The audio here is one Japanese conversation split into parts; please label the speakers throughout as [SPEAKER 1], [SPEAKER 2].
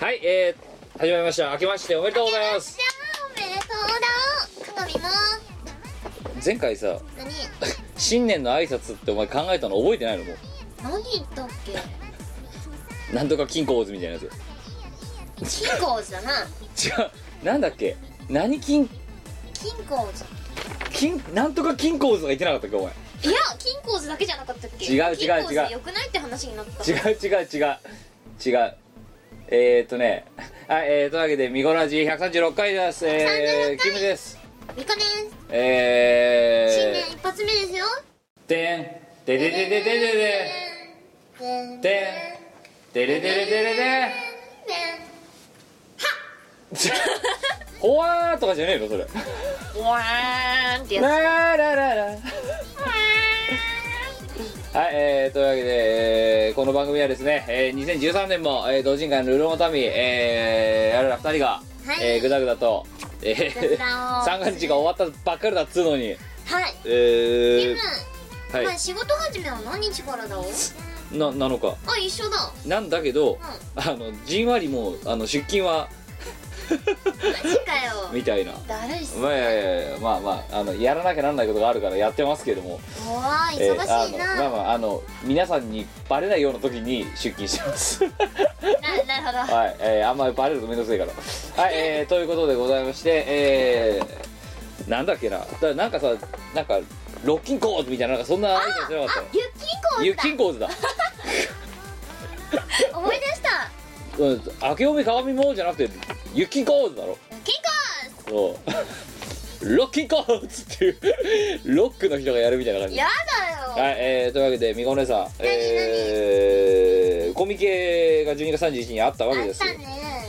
[SPEAKER 1] はいえー、始まりました明けましておめでとうございます
[SPEAKER 2] おめでとうだかとみの
[SPEAKER 1] 前回さ
[SPEAKER 2] 何
[SPEAKER 1] 新年の挨拶ってお前考えたの覚えてないのも
[SPEAKER 2] 何言ったっけ
[SPEAKER 1] うなんとか金庫大津みたいなや
[SPEAKER 2] 金庫じゃな
[SPEAKER 1] つ違うなんだっけ何金
[SPEAKER 2] 金庫じ
[SPEAKER 1] 金なんとか金庫大津とか言ってなかったっけお前
[SPEAKER 2] ゃいや金庫じゃだけじゃなかったっけ
[SPEAKER 1] 違う違う違う
[SPEAKER 2] 金庫じゃ良くないって話になった
[SPEAKER 1] 違う違う違う違うえー、っとねはいえー、というわけで見ごらじ136回ですえー、キムです
[SPEAKER 2] みかね
[SPEAKER 1] えー、
[SPEAKER 2] 新年一発目ですよ
[SPEAKER 1] でんでででででで
[SPEAKER 2] でん
[SPEAKER 1] ででででででででで
[SPEAKER 2] で
[SPEAKER 1] ほわーとかじゃねえのそれ
[SPEAKER 2] んわーんってや
[SPEAKER 1] ラララ ラはい、えー、というわけで、えーこの番組はですね、えー2013年も、えー同人会のルロモタミ、えー、我ら二人が、
[SPEAKER 2] はい
[SPEAKER 1] えーぐだぐだと、え
[SPEAKER 2] ぐだぐだを
[SPEAKER 1] 三が日が終わったばっかりだっつうのに、
[SPEAKER 2] つはい
[SPEAKER 1] え
[SPEAKER 2] キ
[SPEAKER 1] ー
[SPEAKER 2] ム、
[SPEAKER 1] は
[SPEAKER 2] まあ仕事始めは何日からだろ
[SPEAKER 1] い、な、なのか。
[SPEAKER 2] あ一緒だ
[SPEAKER 1] なんだけど
[SPEAKER 2] うん、
[SPEAKER 1] あの、じんわりもう、あの、出勤は、
[SPEAKER 2] マジかよ
[SPEAKER 1] みたいな。
[SPEAKER 2] だるいっす
[SPEAKER 1] まあ、いやいやいやまあまあ、あの、やらなきゃなんないことがあるからやってますけども、
[SPEAKER 2] おー
[SPEAKER 1] え
[SPEAKER 2] 忙
[SPEAKER 1] ーあ
[SPEAKER 2] しい
[SPEAKER 1] の、
[SPEAKER 2] な、
[SPEAKER 1] まあまあ、あの、皆さんにバレないような時に出勤して ます。
[SPEAKER 2] ななるほど
[SPEAKER 1] はい、えーあんまりバレるとめんどくせえから。はい、えーということでございまして、えーなんだっけな、だからなんかさ、なんか、ロッキンコーズみたいな、なんかそんなあれじゃなかった
[SPEAKER 2] あ
[SPEAKER 1] の
[SPEAKER 2] ゆっき
[SPEAKER 1] ユ
[SPEAKER 2] ん
[SPEAKER 1] ッキン
[SPEAKER 2] こ
[SPEAKER 1] コーズだ。
[SPEAKER 2] だ思い出した
[SPEAKER 1] うん、明けおめ鏡もじゃなくて、ユッキンコーズだろ。
[SPEAKER 2] ゆっきんこ
[SPEAKER 1] そう。 ロッキンコーズっていう、ロックの人がやるみたいな感じ。
[SPEAKER 2] やだよ
[SPEAKER 1] はい、えー、というわけで、みこお姉さん、えー、コミケが12月31日にあったわけ
[SPEAKER 2] あ
[SPEAKER 1] で
[SPEAKER 2] っ
[SPEAKER 1] す
[SPEAKER 2] た。ね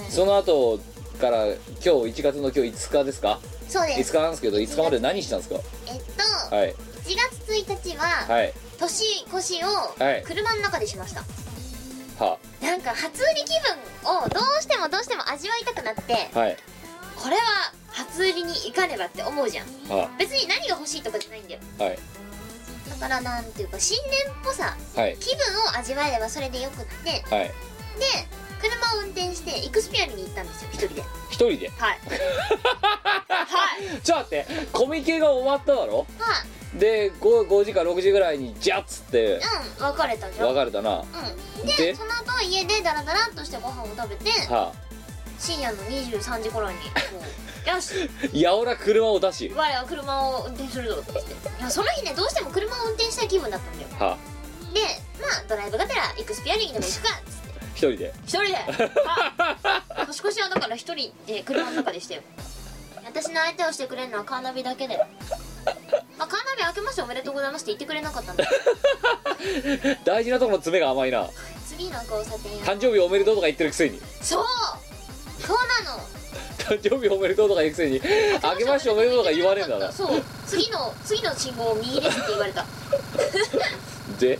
[SPEAKER 1] その後から、今日1月の今日5日ですか
[SPEAKER 2] そうで
[SPEAKER 1] 5
[SPEAKER 2] す
[SPEAKER 1] 日なんですけど5日まで何したんです
[SPEAKER 2] えっ
[SPEAKER 1] か
[SPEAKER 2] と
[SPEAKER 1] はい
[SPEAKER 2] 1月1日は
[SPEAKER 1] はい
[SPEAKER 2] 年越しを
[SPEAKER 1] はい
[SPEAKER 2] 車の中でしました
[SPEAKER 1] は
[SPEAKER 2] なんか初売り気分をどうしてもどうしても味わいたくなって
[SPEAKER 1] はい
[SPEAKER 2] これは初売りに行かねばって思うじゃん
[SPEAKER 1] は
[SPEAKER 2] 別に何が欲しいとかじゃないんだよ
[SPEAKER 1] はい
[SPEAKER 2] だからなんていうか新年っぽさ
[SPEAKER 1] はい
[SPEAKER 2] 気分を味わえればそれでよくってで
[SPEAKER 1] はい
[SPEAKER 2] 車を運転してイクスピアリに行ったんですよ一人で
[SPEAKER 1] 一人で
[SPEAKER 2] はいはい
[SPEAKER 1] ちょっと待ってコミケが終わっただろ
[SPEAKER 2] は
[SPEAKER 1] で 5, 5時か6時ぐらいにジャッつって
[SPEAKER 2] うん別れたじゃん
[SPEAKER 1] 別れたなは
[SPEAKER 2] うん
[SPEAKER 1] で
[SPEAKER 2] でその後家でダラダラっとしてご飯を食べて
[SPEAKER 1] あ
[SPEAKER 2] 深夜の23時頃にも うよし
[SPEAKER 1] やおら車を出し
[SPEAKER 2] 我は車を運転するぞって言っていやその日ねどうしても車を運転したい気分だったんだよ
[SPEAKER 1] はあ
[SPEAKER 2] でまあドライブがてらエクスピアリングでも行くかっつって
[SPEAKER 1] 一人で
[SPEAKER 2] 一人ではい 年越しはだから一人で車の中でしてよ私の相手をしてくれるのはカーナビだけでまあ、カーナビ明けましておめでとうございますって言ってくれなかったんだけど
[SPEAKER 1] 大事なところの爪が甘いな
[SPEAKER 2] 次の交差点や
[SPEAKER 1] 誕生日おめでとうとか言ってるくせに
[SPEAKER 2] そうそうなの
[SPEAKER 1] 誕生日おめでとうとか言う くせにあけましておめでとうとか言われるんだな
[SPEAKER 2] そう次の次の信号を右ですって言われたで
[SPEAKER 1] で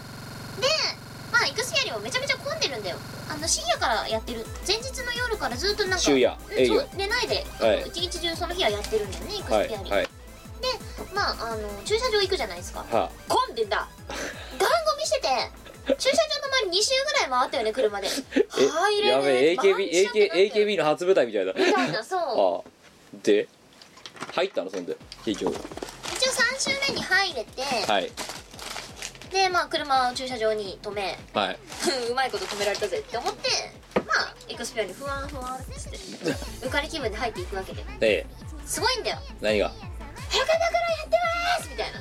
[SPEAKER 2] まあ行くスピアリもめちゃめちゃ混んでるんだよあの深夜からやってる前日の夜からずっとなんか
[SPEAKER 1] 昼夜
[SPEAKER 2] うん
[SPEAKER 1] 営
[SPEAKER 2] そ
[SPEAKER 1] 業
[SPEAKER 2] う寝ないで、
[SPEAKER 1] はい
[SPEAKER 2] 一日中その日はやってるんだよね行くスピ
[SPEAKER 1] は
[SPEAKER 2] ア
[SPEAKER 1] い
[SPEAKER 2] リ、
[SPEAKER 1] はい
[SPEAKER 2] まああの駐車場行くじゃないですか
[SPEAKER 1] は
[SPEAKER 2] 混んでんだガンゴミしてて駐車場の周り2周ぐらい回ったよね車で
[SPEAKER 1] え
[SPEAKER 2] 入れ
[SPEAKER 1] や
[SPEAKER 2] ね
[SPEAKER 1] べ
[SPEAKER 2] 回
[SPEAKER 1] え
[SPEAKER 2] んちゃってな
[SPEAKER 1] AKB,
[SPEAKER 2] んだよ
[SPEAKER 1] AKB の初舞台みたいだ
[SPEAKER 2] みたいなそう
[SPEAKER 1] ああで入ったのそんで結局
[SPEAKER 2] 一応3周目に入れて、
[SPEAKER 1] はい
[SPEAKER 2] でまあ車を駐車場に止め
[SPEAKER 1] はい
[SPEAKER 2] うまいこと止められたぜって思ってまあエクスペアにふわんふわんってして浮かれ気分で入っていくわけで
[SPEAKER 1] ええ
[SPEAKER 2] すごいんだよ
[SPEAKER 1] 何が
[SPEAKER 2] 「博多からやってます!」みたいな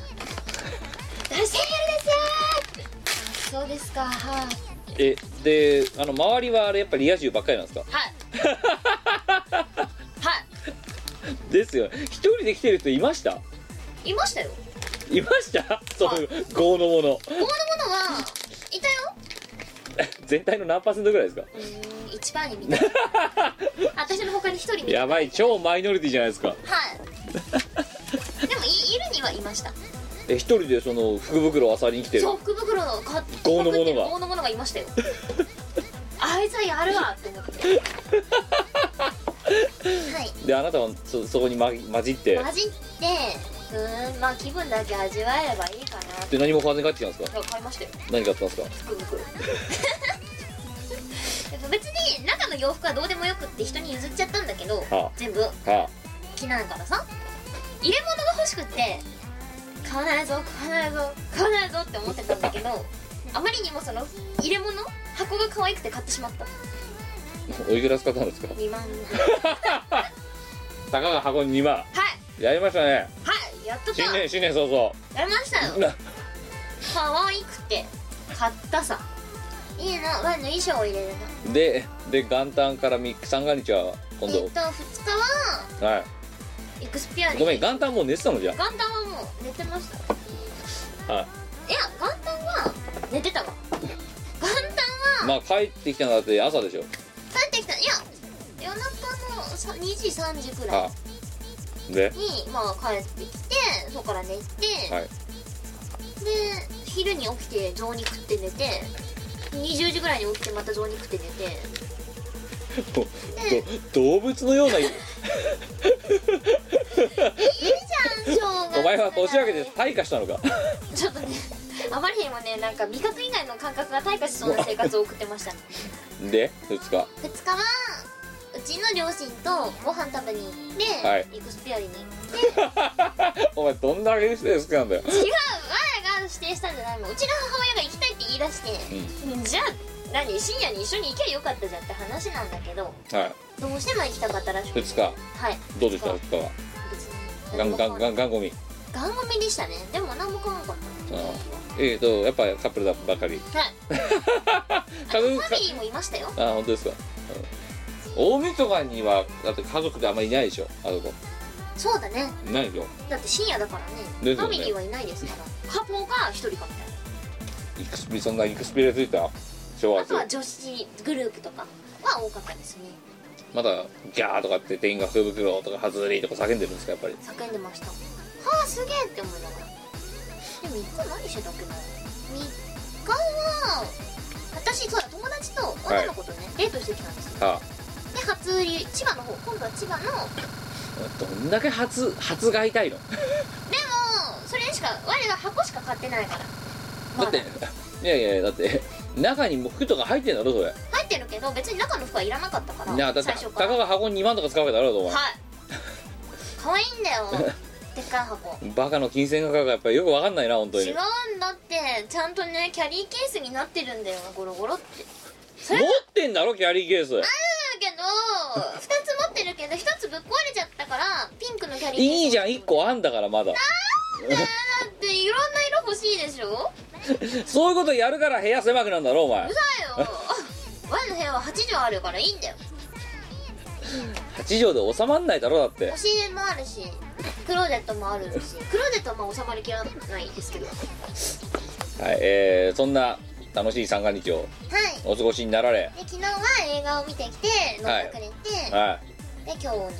[SPEAKER 2] 「大セールですよ!」そうですかはい
[SPEAKER 1] えであの周りはあれやっぱリア充ばっかりなんですか
[SPEAKER 2] はい は
[SPEAKER 1] ですよね一人で来てる人いました
[SPEAKER 2] いいましたよ
[SPEAKER 1] いましたそういう豪のもの
[SPEAKER 2] 棒のものはいたよ
[SPEAKER 1] 全体の何パーセントぐらいですか
[SPEAKER 2] うーん一番に 見た私の他に一人見た
[SPEAKER 1] やばい超マイノリティじゃないですか
[SPEAKER 2] はいでもいいるにはいました
[SPEAKER 1] え一人でその福袋を漁りに来てる
[SPEAKER 2] そう福袋のか
[SPEAKER 1] 豪の
[SPEAKER 2] か
[SPEAKER 1] ものが
[SPEAKER 2] ぶってる豪のものがいましたよあいつはやるわって思ってはい
[SPEAKER 1] であなたはそそこにま混じって
[SPEAKER 2] 混じってうーんまあ気分だけ味わえればいいかなって
[SPEAKER 1] で何も買わずに帰ってきたんですか
[SPEAKER 2] 買いましたよ
[SPEAKER 1] 何買ったんですか
[SPEAKER 2] 福袋でも別に中の洋服はどうでもよくって人に譲っちゃったんだけど、
[SPEAKER 1] あ
[SPEAKER 2] 全部
[SPEAKER 1] は
[SPEAKER 2] 着ないからさ入れ物が欲しくって買わないぞ買わないぞ買わないぞって思ってたんだけ どあまりにもその入れ物箱が可愛くて買ってしまった
[SPEAKER 1] おいくら使ったんですか
[SPEAKER 2] 2万 はい
[SPEAKER 1] たかが箱に2万やりましたね
[SPEAKER 2] はいやっとった
[SPEAKER 1] 新
[SPEAKER 2] や
[SPEAKER 1] 年新年早
[SPEAKER 2] りましたよ
[SPEAKER 1] 々な
[SPEAKER 2] 可愛くて買ったさいいなワンの衣装を入れるな
[SPEAKER 1] でで元旦から3日三が日は今
[SPEAKER 2] えっと
[SPEAKER 1] 度
[SPEAKER 2] 2日は
[SPEAKER 1] は
[SPEAKER 2] エクスピア
[SPEAKER 1] い
[SPEAKER 2] リ
[SPEAKER 1] ごめん元旦もう寝てたのじゃ
[SPEAKER 2] 元旦はもう寝てました
[SPEAKER 1] あはい
[SPEAKER 2] いや元旦は寝てたわ元旦は
[SPEAKER 1] まあ帰ってきたのだって朝でしょ
[SPEAKER 2] 帰ってきたいや夜中のさ2時3時くらい
[SPEAKER 1] はで
[SPEAKER 2] にまあ帰ってきてそこから寝て、
[SPEAKER 1] はい
[SPEAKER 2] で昼に起きて雑煮食って寝て20時ぐらいに起きてまた雑煮食って寝て
[SPEAKER 1] どど動物のような
[SPEAKER 2] いいじゃん正月
[SPEAKER 1] お前は年明けて退化したのか
[SPEAKER 2] ちょっとね あまりにもねなんか味覚以外の感覚が退化しそうな生活を送ってましたね
[SPEAKER 1] で2日
[SPEAKER 2] 2日はうちの両親とご飯食べに行って、
[SPEAKER 1] はい
[SPEAKER 2] エクスピアリに行って
[SPEAKER 1] お前どんだけ指定好きなんだよ
[SPEAKER 2] 違う我が指定したんじゃないもんうちの母親が行きたいって言い出して、じゃあ何深夜に一緒に行けばよかったじゃんって話なんだけど
[SPEAKER 1] は
[SPEAKER 2] どうしても行きたかったらし
[SPEAKER 1] い
[SPEAKER 2] く
[SPEAKER 1] 2日
[SPEAKER 2] はい
[SPEAKER 1] どうでした2日は
[SPEAKER 2] 別に
[SPEAKER 1] ガンガンガ
[SPEAKER 2] ン
[SPEAKER 1] ンガンゴミ
[SPEAKER 2] ガンゴミでしたねでも何も買わなかった
[SPEAKER 1] あえっとやっぱカップルだばかり
[SPEAKER 2] はい
[SPEAKER 1] 家族
[SPEAKER 2] ファミリーもいましたよ
[SPEAKER 1] あ本当ですか、うん、近江とかにはだって家族であんまりいないでしょあそこ
[SPEAKER 2] そうだね
[SPEAKER 1] いないでしょ
[SPEAKER 2] だって深夜だからね
[SPEAKER 1] ですよ
[SPEAKER 2] フ
[SPEAKER 1] ね
[SPEAKER 2] ァミリーはいないですからカポが一人かみたい
[SPEAKER 1] イクスピそんなイクスピレついた昭
[SPEAKER 2] な
[SPEAKER 1] 和
[SPEAKER 2] あとは
[SPEAKER 1] 中
[SPEAKER 2] 女子グループとかは多かったですね
[SPEAKER 1] まだギャーとかって店員が福袋とかハズレとか叫んでるんですかやっぱり
[SPEAKER 2] 叫んでましたはあすげえって思いながらでも一回何してたっけな3日は私そうだ友達と女の子とね、デートしてきたんですよ
[SPEAKER 1] あ
[SPEAKER 2] で初売り千葉の方今度は千葉のでも
[SPEAKER 1] どんだけ初初が痛いの
[SPEAKER 2] それしか我が箱しか買ってないからま
[SPEAKER 1] だ
[SPEAKER 2] あ
[SPEAKER 1] っていやいやいやだって中にも服とか入ってんだろそれ
[SPEAKER 2] 入ってるけど別に中の服はいらなかったから
[SPEAKER 1] いやだって
[SPEAKER 2] 最初か
[SPEAKER 1] た
[SPEAKER 2] ら
[SPEAKER 1] か
[SPEAKER 2] はい
[SPEAKER 1] が箱に2万とか使うわけだろと思
[SPEAKER 2] 可愛いんだ よでっかい箱
[SPEAKER 1] うバカの金銭価格がやっぱりよくわかんないな本当に
[SPEAKER 2] 違うんだってちゃんとねキャリーケースになってるんだよなゴロゴロってそ
[SPEAKER 1] 持っ
[SPEAKER 2] れだ
[SPEAKER 1] てんだろキャリーケース
[SPEAKER 2] けど2つ持ってるけど1つぶっ壊れちゃったからピンクのキャリーケース
[SPEAKER 1] いいじゃん1個あんだからまだ
[SPEAKER 2] だっていろんな色欲しいでしょ
[SPEAKER 1] そういうことやるから部屋狭くなんだろお前
[SPEAKER 2] だよ ワンの部屋は8畳あるからいいんだよ
[SPEAKER 1] 8畳で収まんないだろだって
[SPEAKER 2] 押し入れもあるしクローゼットもあるしクローゼットはまあ収まりきらないですけどはい
[SPEAKER 1] はいえー、そんな楽しい三が日をお過ごしになられ
[SPEAKER 2] で昨日は映画を見てきて飲んでくれて、
[SPEAKER 1] は
[SPEAKER 2] で今日に
[SPEAKER 1] い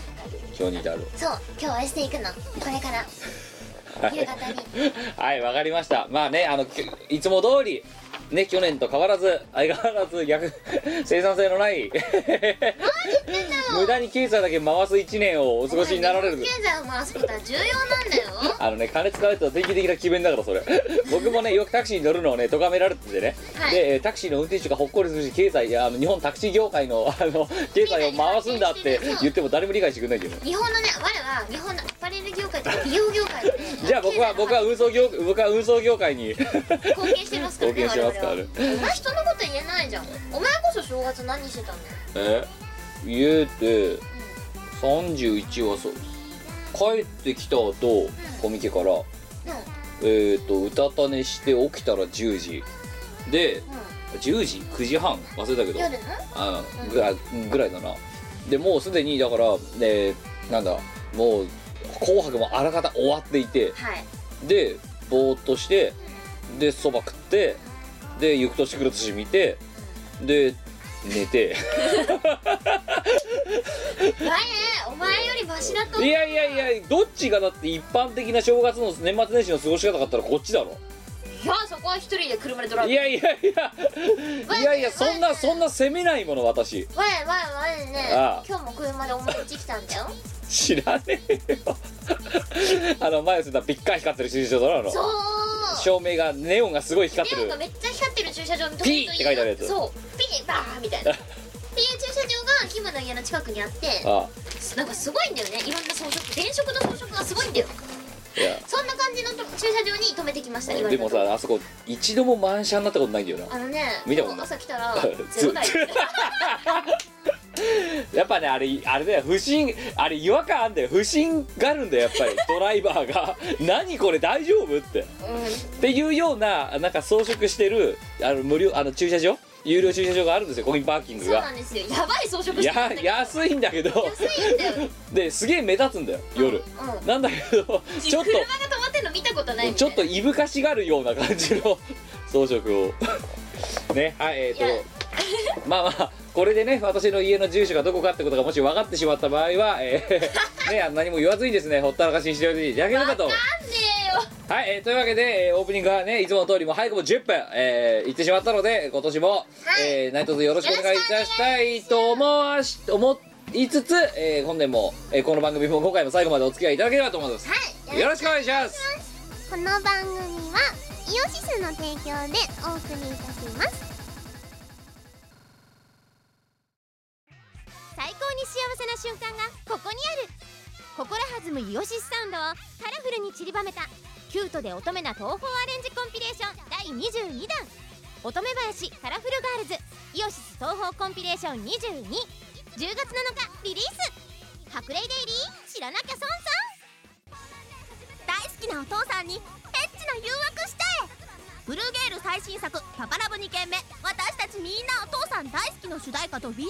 [SPEAKER 1] 今日に至る
[SPEAKER 2] そう今日はエステ行くのこれから
[SPEAKER 1] はい
[SPEAKER 2] 夕方に
[SPEAKER 1] はいわかりましたまあねあのきいつも通りね去年と変わらず相変わらず逆 生産性のない 無駄に経済だけ回す1年をお過ごしになられる
[SPEAKER 2] 経済を回すことは重要なんだよは
[SPEAKER 1] あのね金使われたら定期的な詭弁だからそれ 僕もねよくタクシーに乗るのをね咎められててね、
[SPEAKER 2] はい
[SPEAKER 1] でえータクシーの運転手がほっこりするし経済いやあの日本タクシー業界のあ の経済を回すんだって言っても誰も理解してくれないけど
[SPEAKER 2] 日本のね我は日本のアパレル業界とか美容業界で、ね、
[SPEAKER 1] じゃあ僕は僕は運送業僕は運送業界に
[SPEAKER 2] 貢献してますからね
[SPEAKER 1] 貢献してますからね
[SPEAKER 2] 我々はお前人のこと言えないじゃんお前こそ正月何してたんだよ
[SPEAKER 1] え言うて31はそう帰ってきた後コミケから
[SPEAKER 2] うんうん
[SPEAKER 1] えっ、とうたた寝して起きたら10時で
[SPEAKER 2] う
[SPEAKER 1] 10時9時半忘れたけ
[SPEAKER 2] ん
[SPEAKER 1] ど
[SPEAKER 2] 夜の
[SPEAKER 1] あ
[SPEAKER 2] うん
[SPEAKER 1] ぐらいぐらいだなでもうすでにだから、えーなんだもう「紅白」もあらかた終わっていて
[SPEAKER 2] はい
[SPEAKER 1] でぼーっとしてでそば食ってで行く年来る年見てで寝て
[SPEAKER 2] 前お前よりマシだと
[SPEAKER 1] い
[SPEAKER 2] 思う
[SPEAKER 1] やいやいやどっちがだって一般的な正月の年末年始の過ごし方だったらこっちだろ
[SPEAKER 2] いやそこは一人で車でドライ
[SPEAKER 1] い
[SPEAKER 2] ブ
[SPEAKER 1] やいや いやいやいやそんなそんな責めないもの私
[SPEAKER 2] わいわいわいね
[SPEAKER 1] ああ
[SPEAKER 2] 今日も車でお前んち来たんだよ
[SPEAKER 1] 知らねえよ あの前すたピッカ光ってる駐車場だろ
[SPEAKER 2] そう
[SPEAKER 1] 照明がネオンがすごい光って
[SPEAKER 2] ネオン
[SPEAKER 1] る
[SPEAKER 2] がめっちゃ光ってる駐車場に
[SPEAKER 1] ピーって書いてあるやつ
[SPEAKER 2] そうピーバーみたいなキムの家の近くにあって
[SPEAKER 1] あ
[SPEAKER 2] なんかすごいんだよねいろんな装飾電飾の装飾がすごいんだよ
[SPEAKER 1] あいや
[SPEAKER 2] そんな感じのと駐車場に止めてきました今
[SPEAKER 1] でもさあそこ一度も満車になったことないんだよな
[SPEAKER 2] あのね
[SPEAKER 1] 見たことない
[SPEAKER 2] 今日朝来たらゼ
[SPEAKER 1] ず
[SPEAKER 2] ロ台
[SPEAKER 1] やっぱねあれあれだよ不審あれ違和感あんだよ不審があるんだよやっ ぱりドライバーが「何これ大丈夫?」って
[SPEAKER 2] う
[SPEAKER 1] っていうようななんか装飾してるあの無料あの駐車場有料駐車場があるんですよコインパーキン
[SPEAKER 2] ん
[SPEAKER 1] グ
[SPEAKER 2] そうな
[SPEAKER 1] が
[SPEAKER 2] んですよやばい装飾してるんだ
[SPEAKER 1] や
[SPEAKER 2] けど
[SPEAKER 1] 安いんだけど
[SPEAKER 2] 安いんだよ
[SPEAKER 1] ですげえ目立つんだよ夜
[SPEAKER 2] うんうん
[SPEAKER 1] なんだけどちょ
[SPEAKER 2] 車が
[SPEAKER 1] っ
[SPEAKER 2] 止まってるの見たことない
[SPEAKER 1] と
[SPEAKER 2] み
[SPEAKER 1] ち
[SPEAKER 2] た
[SPEAKER 1] ょ
[SPEAKER 2] い
[SPEAKER 1] っ
[SPEAKER 2] な
[SPEAKER 1] といぶかしがあるような感じの 装飾をねはいえっ、
[SPEAKER 2] いや
[SPEAKER 1] とまあまあこれでね私の家の住所がどこかってことがもし分かってしまった場合は、えーね、あの何も言わずにですねほったらかしにしておいていただければと
[SPEAKER 2] なんでよ
[SPEAKER 1] はい、えーというわけで、えーオープニングはねいつもの通りもう早くも10分、えー、行ってしまったので今年も、えー何卒よろしくお願いいたしたいと思わし思いつつ、えー本年も、えーこの番組も今回も最後までお付き合いいただければと思います、
[SPEAKER 3] はい
[SPEAKER 1] よろしくお願いします
[SPEAKER 3] この番組はイオシスの提供でお送りいたします
[SPEAKER 4] 最高に幸せな瞬間がここにある心弾むイオシスサウンドをカラフルに散りばめたキュートで乙女な東宝アレンジコンピレーション第22弾乙女林カラフルガールズイオシス東宝コンピレーション221月7日リリース白麗デイリー知らなきゃ損さん大好きなお父さんにエッチな誘惑しちゃえブルーゲール最新作「パパラブ2件目」私たちみんなお父さん大好きの主題歌と BGM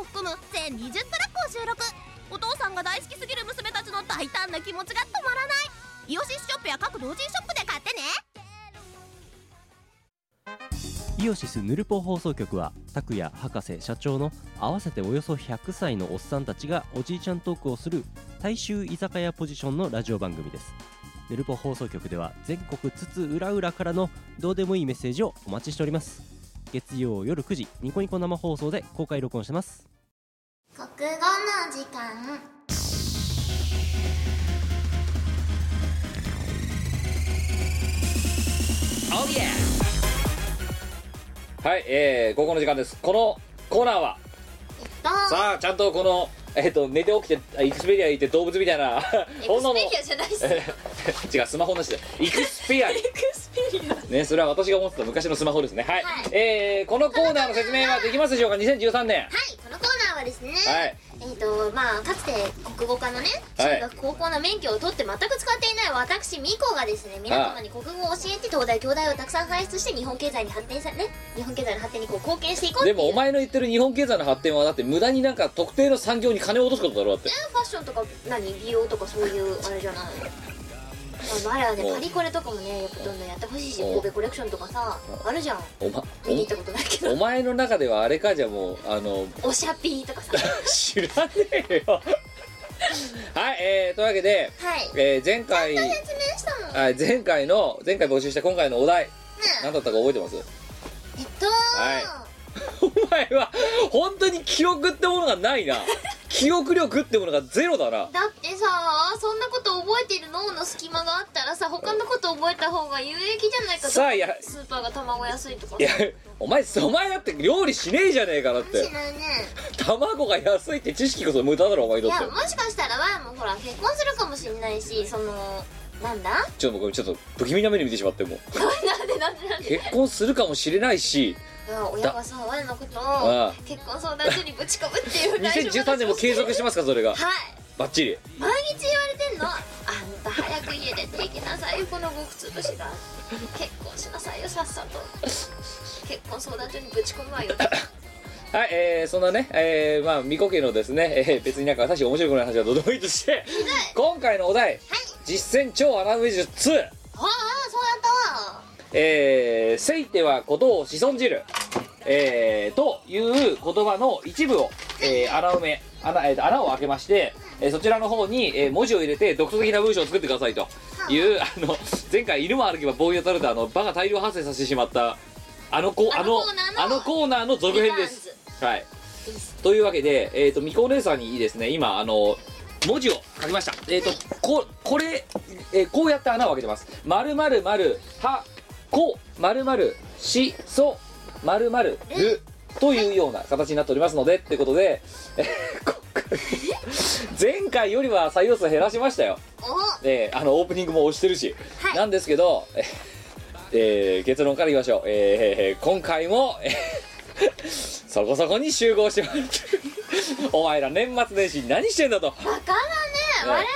[SPEAKER 4] を含む全20トラックを収録お父さんが大好きすぎる娘たちの大胆な気持ちが止まらないイオシスショップや各同人ショップで買ってね
[SPEAKER 5] イオシスヌルポ放送局は拓也博士社長の合わせておよそ100歳のおっさんたちがおじいちゃんトークをする大衆居酒屋ポジションのラジオ番組ですヌルポ放送局では全国津々浦々からのどうでもいいメッセージをお待ちしております月曜夜9時ニコニコ生放送で公開録音してます
[SPEAKER 3] 国語の時間
[SPEAKER 1] はい、えー、ここの時間です。このコーナーは、
[SPEAKER 3] どう
[SPEAKER 1] さあ、ちゃんとこの、えっ、と、寝て起きて、あエクスペリア行って動物みたいな、
[SPEAKER 2] エク
[SPEAKER 1] 本
[SPEAKER 2] ス
[SPEAKER 1] 能の、
[SPEAKER 2] ペリアじゃないっすよ
[SPEAKER 1] えー違う、スマホの人だ。エクス ペリア。
[SPEAKER 2] エクスペリア
[SPEAKER 1] ね、それは私が思ってた昔のスマホですね。はい。
[SPEAKER 2] はい
[SPEAKER 1] えー、このコーナーの説明はできますでしょうか ?2013 年。
[SPEAKER 2] はいこのコーナーはですね、
[SPEAKER 1] はい。
[SPEAKER 2] えっ、とまあかつて国語科のね
[SPEAKER 1] は
[SPEAKER 2] 中
[SPEAKER 1] い
[SPEAKER 2] 学高校の免許を取って全く使っていない私ミコがですね皆様に国語を教えて東大京大をたくさん輩出して日本経済に発展さね日本経済の発展にこう貢献していこうってい
[SPEAKER 1] で
[SPEAKER 2] う
[SPEAKER 1] も、お前の言ってる日本経済の発展は、だって無駄になんか特定の産業に金を落とすことだろうだって。
[SPEAKER 2] ファッションとか何美容とかそういうあれじゃないまああれはね
[SPEAKER 1] うん
[SPEAKER 2] パリコレとかもねやっぱどんどんやってほしいし
[SPEAKER 1] うん
[SPEAKER 2] 神戸コレクションとかさあるじゃん
[SPEAKER 1] おま、
[SPEAKER 2] 見に行ったことないけ
[SPEAKER 1] お
[SPEAKER 2] ど
[SPEAKER 1] 前の中ではあれか、じゃあもう、あの、
[SPEAKER 2] おしゃぴーとかさ
[SPEAKER 1] 知らねえ よはいえー、というわけで、
[SPEAKER 2] はい
[SPEAKER 1] えー前回
[SPEAKER 2] 説明したもんね
[SPEAKER 1] はい前回の前回募集した今回のお題何だったか覚えてます
[SPEAKER 2] えっと
[SPEAKER 1] はお前は本当に記憶ってものがな いな記憶力ってものがゼロだな
[SPEAKER 2] だってさそんなこと覚えてる脳の隙間があったらさ他のこと覚えた方が有益じゃないかと
[SPEAKER 1] さあいや
[SPEAKER 2] スーパーが卵安いとか
[SPEAKER 1] いやお前お前だって料理しねえじゃねえかなって
[SPEAKER 2] しないね
[SPEAKER 1] 卵が安いって知識こそ無駄だろお前
[SPEAKER 2] い
[SPEAKER 1] にとっ
[SPEAKER 2] や
[SPEAKER 1] て
[SPEAKER 2] もしかしたらはもうほら結婚するかもしれないしそのなんだ
[SPEAKER 1] ちょっと僕ちょっと不気味な目で見てしまっても う
[SPEAKER 2] なんでなんでなんで
[SPEAKER 1] 結婚するかもしれないし
[SPEAKER 2] いや親がさ我のこと
[SPEAKER 1] ああ
[SPEAKER 2] を結婚相談所にぶち込むっていう内緒話を
[SPEAKER 1] 2013年も継続してますかそれが
[SPEAKER 2] はい
[SPEAKER 1] バッチリ
[SPEAKER 2] 毎日言われてんのあんた早く家出ていきなさいよこの極つぶしが結婚しなさいよさっさと結婚相談所にぶち込むわよ
[SPEAKER 1] はい、えー、そんなね、えー、まあ、未呼吸のですね、えー、別になんか私面白くない話はどうでもいいとして、今回のお題、実践超穴埋め術
[SPEAKER 2] あ
[SPEAKER 1] 2、
[SPEAKER 2] あそう
[SPEAKER 1] えー、せいてはことを子孫じる、えー、という言葉の一部を、えー、穴埋め、穴、えー、穴を開けまして、えーそちらの方に、えー文字を入れて独創的な文章を作ってくださいという、あの、前回犬も歩けば棒に当たると、あの、バカ大量発生させてしまった、あのコ
[SPEAKER 2] あのコーナーの
[SPEAKER 1] あのコーナーの続編です。はい
[SPEAKER 2] です。
[SPEAKER 1] というわけで、えっ、と、みこお姉さんにですね、今、あの、文字を書きました。えっ、と、こ、これ、えーこうやって穴を開けてます。まるまるまる、は、こ、まるまる、し、そ、まるまる、る、というような形になっておりますのでってことで、えー 今回前回よりは採用数減らしましたよ、
[SPEAKER 2] おは
[SPEAKER 1] えーあのオープニングも押してるし、
[SPEAKER 2] はい
[SPEAKER 1] なんですけど、えーえー結論から言いましょう、えー今回も、えーそこそこに集合してもらってお前ら年末年始に何してんだと
[SPEAKER 2] バカだね
[SPEAKER 1] ね
[SPEAKER 2] 我々の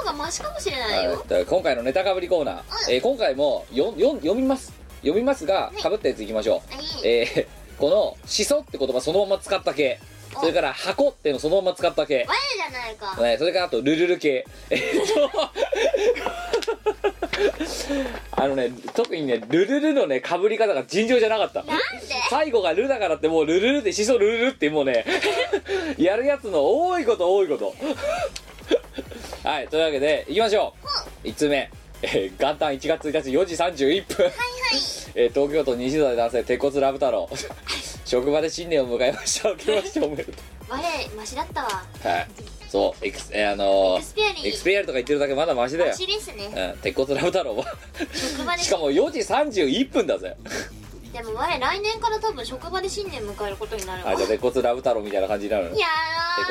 [SPEAKER 2] 方がマシかもしれないよ
[SPEAKER 1] はい今回のネタかぶりコーナー、えー今回もよよ読みます読みますがかぶったやついきましょう、
[SPEAKER 2] はい
[SPEAKER 1] えーこの「しそ」って言葉そのまま使った系
[SPEAKER 2] お
[SPEAKER 1] それから「箱」っていうのそのまま使った系
[SPEAKER 2] 我じゃないか
[SPEAKER 1] ね、それからあと「ルルル系」えーっと あのね特にね「ルルル」のねかぶり方が尋常じゃなかった
[SPEAKER 2] なんで
[SPEAKER 1] 最後が「ル」だからってもう「ルルル」で「しそルルル」ってもうね やるやつの多いこと多いこと はいというわけでいきましょう1つ目、えー元旦1月1日4時31分 えー東京都20代男性鉄骨ラブ太郎 職場で新年を迎えました明けましておめでと
[SPEAKER 2] 我マシだったわ
[SPEAKER 1] う はいそうエクス、えーあの
[SPEAKER 2] エクスペアリ
[SPEAKER 1] ー、エクス
[SPEAKER 2] ー
[SPEAKER 1] ペリアルとか言ってるだけまだマシだよ
[SPEAKER 2] マ、シですね
[SPEAKER 1] うん、鉄骨ラブ太郎は
[SPEAKER 2] 職場で
[SPEAKER 1] しかも4時31分だぜ
[SPEAKER 2] でも我来年から多分職場で新年迎えることになるわ
[SPEAKER 1] あじゃ
[SPEAKER 2] や
[SPEAKER 1] あ鉄骨ラブ太郎みたいな感じになるの鉄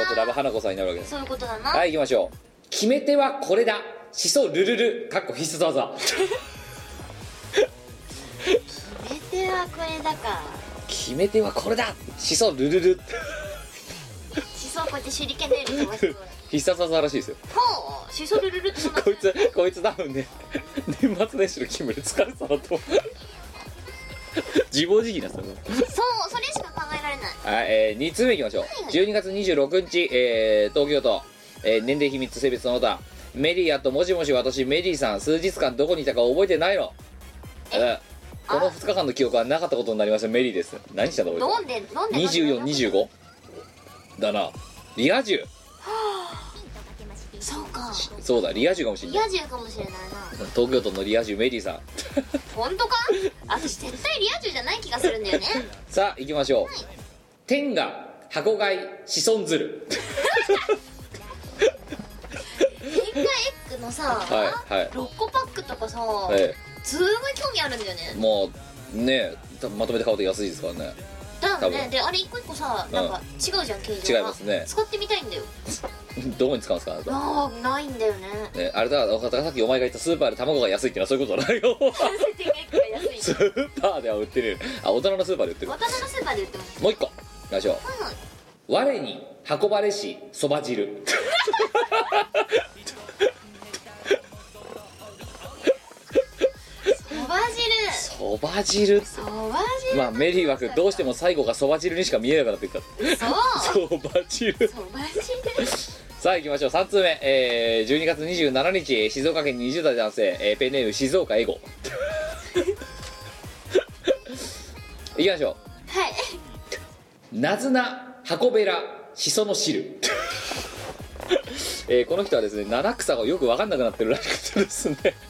[SPEAKER 1] 骨ラ
[SPEAKER 2] ー
[SPEAKER 1] ブ花子さんになるわけです
[SPEAKER 2] そういうことだな
[SPEAKER 1] はい行きましょう決め手はこれだしそルルルかっこ必殺技
[SPEAKER 2] 決め手はこれだか
[SPEAKER 1] 決め手はこれだしそルルル
[SPEAKER 2] しそをこうやって手裏剣で飛ばしてくる
[SPEAKER 1] 必殺技らしいですよ
[SPEAKER 2] ほうしそルルルってそんな
[SPEAKER 1] こいつこいつ多分ね年末年始の勤務で疲れてたなと思う自暴自棄なさ
[SPEAKER 2] そうそれしか考えられない
[SPEAKER 1] はい、えー、2通目いきましょう12月26日、えー、東京都、えー年齢秘密性別その他メリーあともしもし私メリーさん数日間どこにいたか覚えてないのうんこの2日間の記憶はなかったことになりましたメリーです何したんだこいつ
[SPEAKER 2] 飲んで飲んで
[SPEAKER 1] 2425だなリア充
[SPEAKER 2] そうか
[SPEAKER 1] そうだリア充かもしれない
[SPEAKER 2] リア充かもしれないな
[SPEAKER 1] 東京都のリア充メリーさん
[SPEAKER 2] 本当か私絶対リア充じゃない気がするんだよね
[SPEAKER 1] さあ行きましょう、天が箱買い子孫ずる
[SPEAKER 2] 天下エッグのさ、
[SPEAKER 1] はいはい
[SPEAKER 2] 6個パックとかさ、
[SPEAKER 1] え
[SPEAKER 2] すごい興味あるんだよ
[SPEAKER 1] え
[SPEAKER 2] ね
[SPEAKER 1] もうね多分まとめて買うと安いですからね
[SPEAKER 2] だよ
[SPEAKER 1] 多
[SPEAKER 2] ね
[SPEAKER 1] 分
[SPEAKER 2] であれ一個一個さなんか違うじゃん形状が
[SPEAKER 1] 違いますね
[SPEAKER 2] 使ってみたいんだよ
[SPEAKER 1] どこに使うんですかあなた
[SPEAKER 2] なあないんだよ ね
[SPEAKER 1] ね、あれだだからさっきお前が言ったスーパーで卵が安いってのはそういうことだよ
[SPEAKER 2] 天下エッグが安い
[SPEAKER 1] スーパーでは売ってるあ大人のスーパーで売ってる
[SPEAKER 2] 渡辺のスーパーで売ってます
[SPEAKER 1] もう一個いきましょう
[SPEAKER 2] うん
[SPEAKER 1] 我に運ばれしそば汁
[SPEAKER 2] そば汁
[SPEAKER 1] そば汁
[SPEAKER 2] そば汁
[SPEAKER 1] まあメリー枠どうしても最後がそば汁にしか見えなくなってきた
[SPEAKER 2] そう
[SPEAKER 1] そば汁
[SPEAKER 2] そば汁
[SPEAKER 1] さあ行きましょう3通目、えー、12月27日えー静岡県20代男性、えーペンネーム静岡エゴ行きましょ
[SPEAKER 2] はいう
[SPEAKER 1] なずな箱べらしその汁 えーこの人はですね七草がよく分かんなくなってるらしくてですね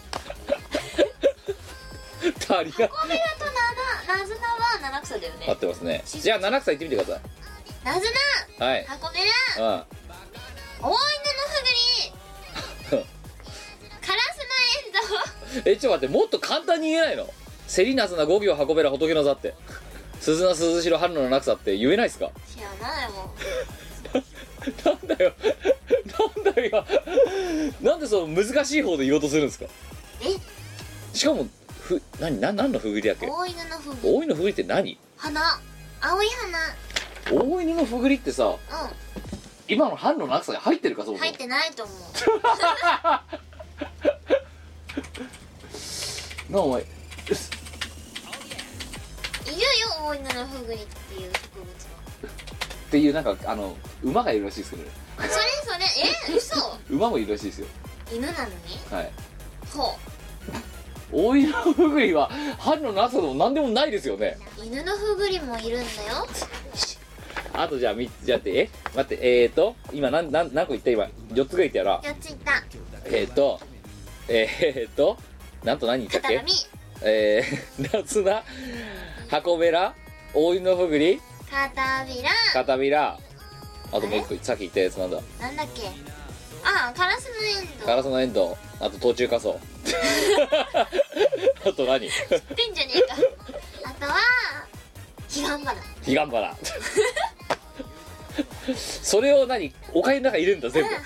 [SPEAKER 1] 足りなく
[SPEAKER 2] 米だとなななずなは七草だよ
[SPEAKER 1] な
[SPEAKER 2] ね
[SPEAKER 1] ってますねじゃあ七草行ってみてくだ
[SPEAKER 2] なず
[SPEAKER 1] さいはい
[SPEAKER 2] な箱根ら
[SPEAKER 1] うん
[SPEAKER 2] 大犬のふぐりカラスのエンド
[SPEAKER 1] えちょっと待ってもっと簡単に言えないのセリナズナ5行運べら仏の座って鈴名鈴代春野の夏だって言えないっすか
[SPEAKER 2] 知らないもん
[SPEAKER 1] なんだよなんだよ今なんでその難しい方で言おうとするんですか
[SPEAKER 2] え
[SPEAKER 1] しかもふ何何何のふぐりだっけ
[SPEAKER 2] 大犬のふぐり
[SPEAKER 1] 大犬のふぐりって何
[SPEAKER 2] 花青い
[SPEAKER 1] 大犬のふぐりってさ
[SPEAKER 2] 花うん
[SPEAKER 1] 今の春野の夏が入ってるかそもそ
[SPEAKER 2] 入
[SPEAKER 1] も
[SPEAKER 2] ってないと思ういるよ
[SPEAKER 1] なあお前
[SPEAKER 2] 大犬のふぐりっていう植物
[SPEAKER 1] っていうなんかあの馬がいるらしいですけどね
[SPEAKER 2] はそれそれえ嘘
[SPEAKER 1] 馬もいるらしいですよ
[SPEAKER 2] 犬なのに
[SPEAKER 1] はい
[SPEAKER 2] ほ
[SPEAKER 1] 大犬のふぐりは春野の夏でも何でもないですよね
[SPEAKER 2] う犬のふぐりもいるんだよ
[SPEAKER 1] あとじゃあ3つじゃあってえ待ってえーと今何何何個言った今4つぐらい言ったよな
[SPEAKER 2] やっついた
[SPEAKER 1] えーとえーとなんと何言ったっ
[SPEAKER 2] 片
[SPEAKER 1] け
[SPEAKER 2] 髪
[SPEAKER 1] えー、夏菜箱べら大犬のふぐり
[SPEAKER 2] 片びら
[SPEAKER 1] 片びらあともう1個さっき言ったやつなんだ
[SPEAKER 2] なんだっけあカラスのエンド
[SPEAKER 1] ガラスのエンドウあと途中仮想 あと何
[SPEAKER 2] ってんじゃねえかあとは彼岸花
[SPEAKER 1] 彼岸花それを何お金の中に入れるんだ
[SPEAKER 2] う
[SPEAKER 1] 全
[SPEAKER 2] ん
[SPEAKER 1] 部
[SPEAKER 2] 花が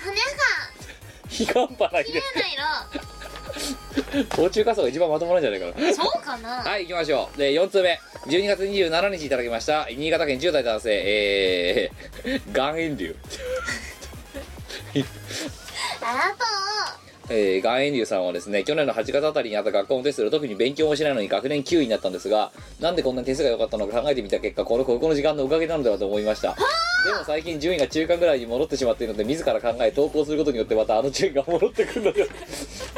[SPEAKER 1] 彼岸花入
[SPEAKER 2] 綺
[SPEAKER 1] れ
[SPEAKER 2] 麗
[SPEAKER 1] る
[SPEAKER 2] な
[SPEAKER 1] 防虫傘が一番まともなんじゃないかな
[SPEAKER 2] 色そうかな
[SPEAKER 1] はい、行きましょう。で、4通目。12月27日いただきました。新潟県10代男性、えー、 岩塩流。
[SPEAKER 2] あらと
[SPEAKER 1] えー、岩塩流さんはですね、去年の8月あたりにあった学校のテストで特に勉強もしないのに学年9位になったんですが、なんでこんなに点数が良かったのか考えてみた結果、この高校の時間のおかげなのではと思いました。でも最近順位が中間ぐらいに戻ってしまっているので、自ら考え投稿することによってまたあの順位が戻ってくるので、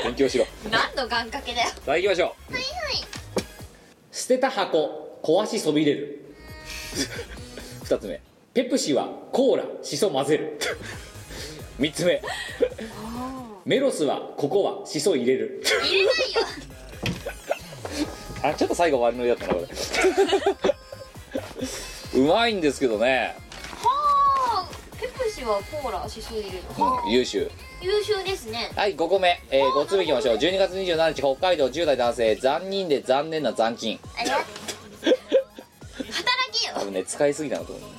[SPEAKER 1] 勉強しろ。
[SPEAKER 2] 何の願掛けだよ
[SPEAKER 1] さあ行きましょうはいはい捨てた箱壊しそびれる 二つ目ペプシはコーラしそ混ぜる 三つ目メロスはここはしそ入れる
[SPEAKER 2] 入れないよ
[SPEAKER 1] あちょっと最後悪乗りだったなこれ うまいんですけどね、
[SPEAKER 2] はあペプシはコーラしそ入れるのはあ
[SPEAKER 1] 優秀
[SPEAKER 2] 優秀ですね
[SPEAKER 1] はい5個目、えー、5つ目いきましょう12月27日北海道10代男性残忍で残念な残金
[SPEAKER 2] ありがとう働きよ
[SPEAKER 1] 多分ね使いすぎたなと思う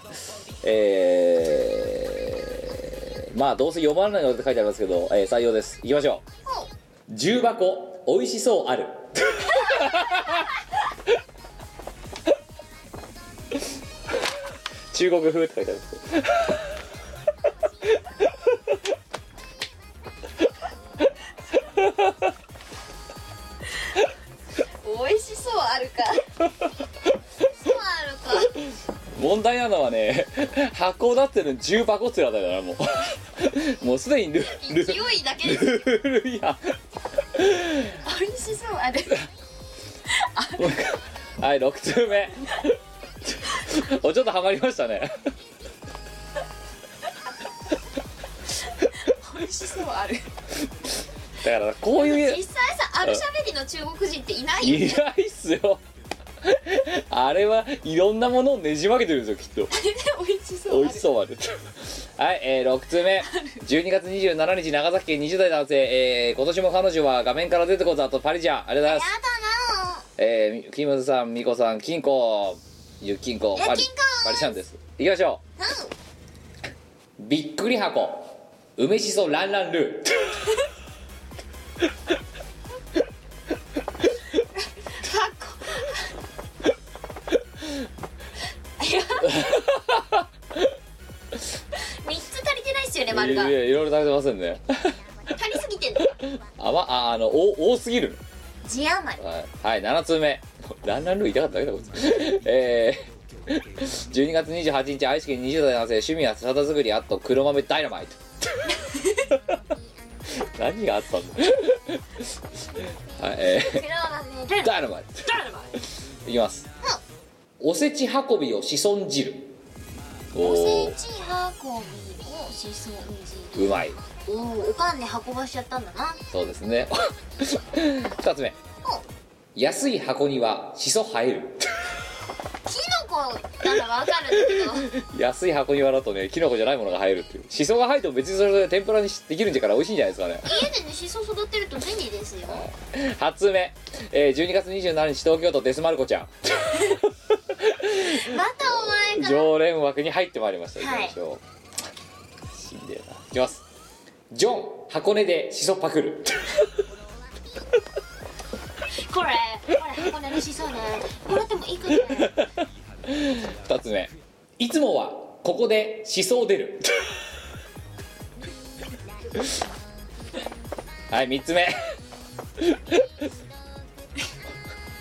[SPEAKER 1] えー、まあどうせ読まないのって書いてありますけど、えー採用ですいきましょう重箱美味しそうある中国風って書いてあるんですけど
[SPEAKER 2] 美味しそうあるかそうあるか
[SPEAKER 1] 問題なのはね箱だっての重箱っていうあたりだなもう もうすでにルル
[SPEAKER 2] 勢いだけで
[SPEAKER 1] ルール違反
[SPEAKER 2] 美味しそうある
[SPEAKER 1] はい6通目おちょっとハマりましたね
[SPEAKER 2] 美味しそうある
[SPEAKER 1] だからこういう
[SPEAKER 2] 実際さあるしゃべりの中国人っていないよ
[SPEAKER 1] いないっすよあれはいろんなものをねじ曲げてるんですよきっ
[SPEAKER 2] 美味しそ
[SPEAKER 1] と
[SPEAKER 2] う
[SPEAKER 1] 美
[SPEAKER 2] あ
[SPEAKER 1] 味
[SPEAKER 2] る
[SPEAKER 1] しそうあるはい、えー、6通目12月27日長崎県20代男性、えー今年も彼女は画面から出てこずあとパリじゃんありがとうございますえー、キムズさんミコさん金庫ゆきんこパリ
[SPEAKER 2] 金庫
[SPEAKER 1] パリちゃんですいきましょう、びっくり箱梅しそランランルー
[SPEAKER 2] かっこいや3つ足りてないっすよね丸が
[SPEAKER 1] いやいろいろ食べてませんね
[SPEAKER 2] 足りすぎてんの
[SPEAKER 1] あまああのお多すぎる
[SPEAKER 2] 字余り
[SPEAKER 1] はい、はい、7通目ランランルー痛かっただけだこいつえー12月28日愛知県20代男性趣味はサダ作りあと黒豆ダイナマイト 何があったんだ はいえ
[SPEAKER 2] 黒豆ル
[SPEAKER 1] ーダイナマイト
[SPEAKER 2] ダルマ
[SPEAKER 1] いきますおせち運びを子孫汁お
[SPEAKER 2] おせ
[SPEAKER 1] お
[SPEAKER 2] ち運びをしそんじる
[SPEAKER 1] うまい
[SPEAKER 2] おおおかんで運ばしちゃったんだな
[SPEAKER 1] そうですね 2つ目安い箱にはしそ生える
[SPEAKER 2] キノコならわかるんだけど
[SPEAKER 1] 安い箱庭だとねキノコじゃないものが入るっていうシソが入っても別にそれで天ぷらにしできるんじゃから美味しいんじゃないですかね
[SPEAKER 2] 家でねしそ育てると便利ですよ
[SPEAKER 1] 8つ目、えー12月27日東京都デスマルコちゃん
[SPEAKER 2] またお前から
[SPEAKER 1] 常連枠に入ってまいりました行
[SPEAKER 2] はい
[SPEAKER 1] きましょう死んでえないきますジョン箱根でシソパクる
[SPEAKER 2] これこれ箱根のしそねもらってもいいかね
[SPEAKER 1] 2つ目いつもはここでシソを出る はい3つ目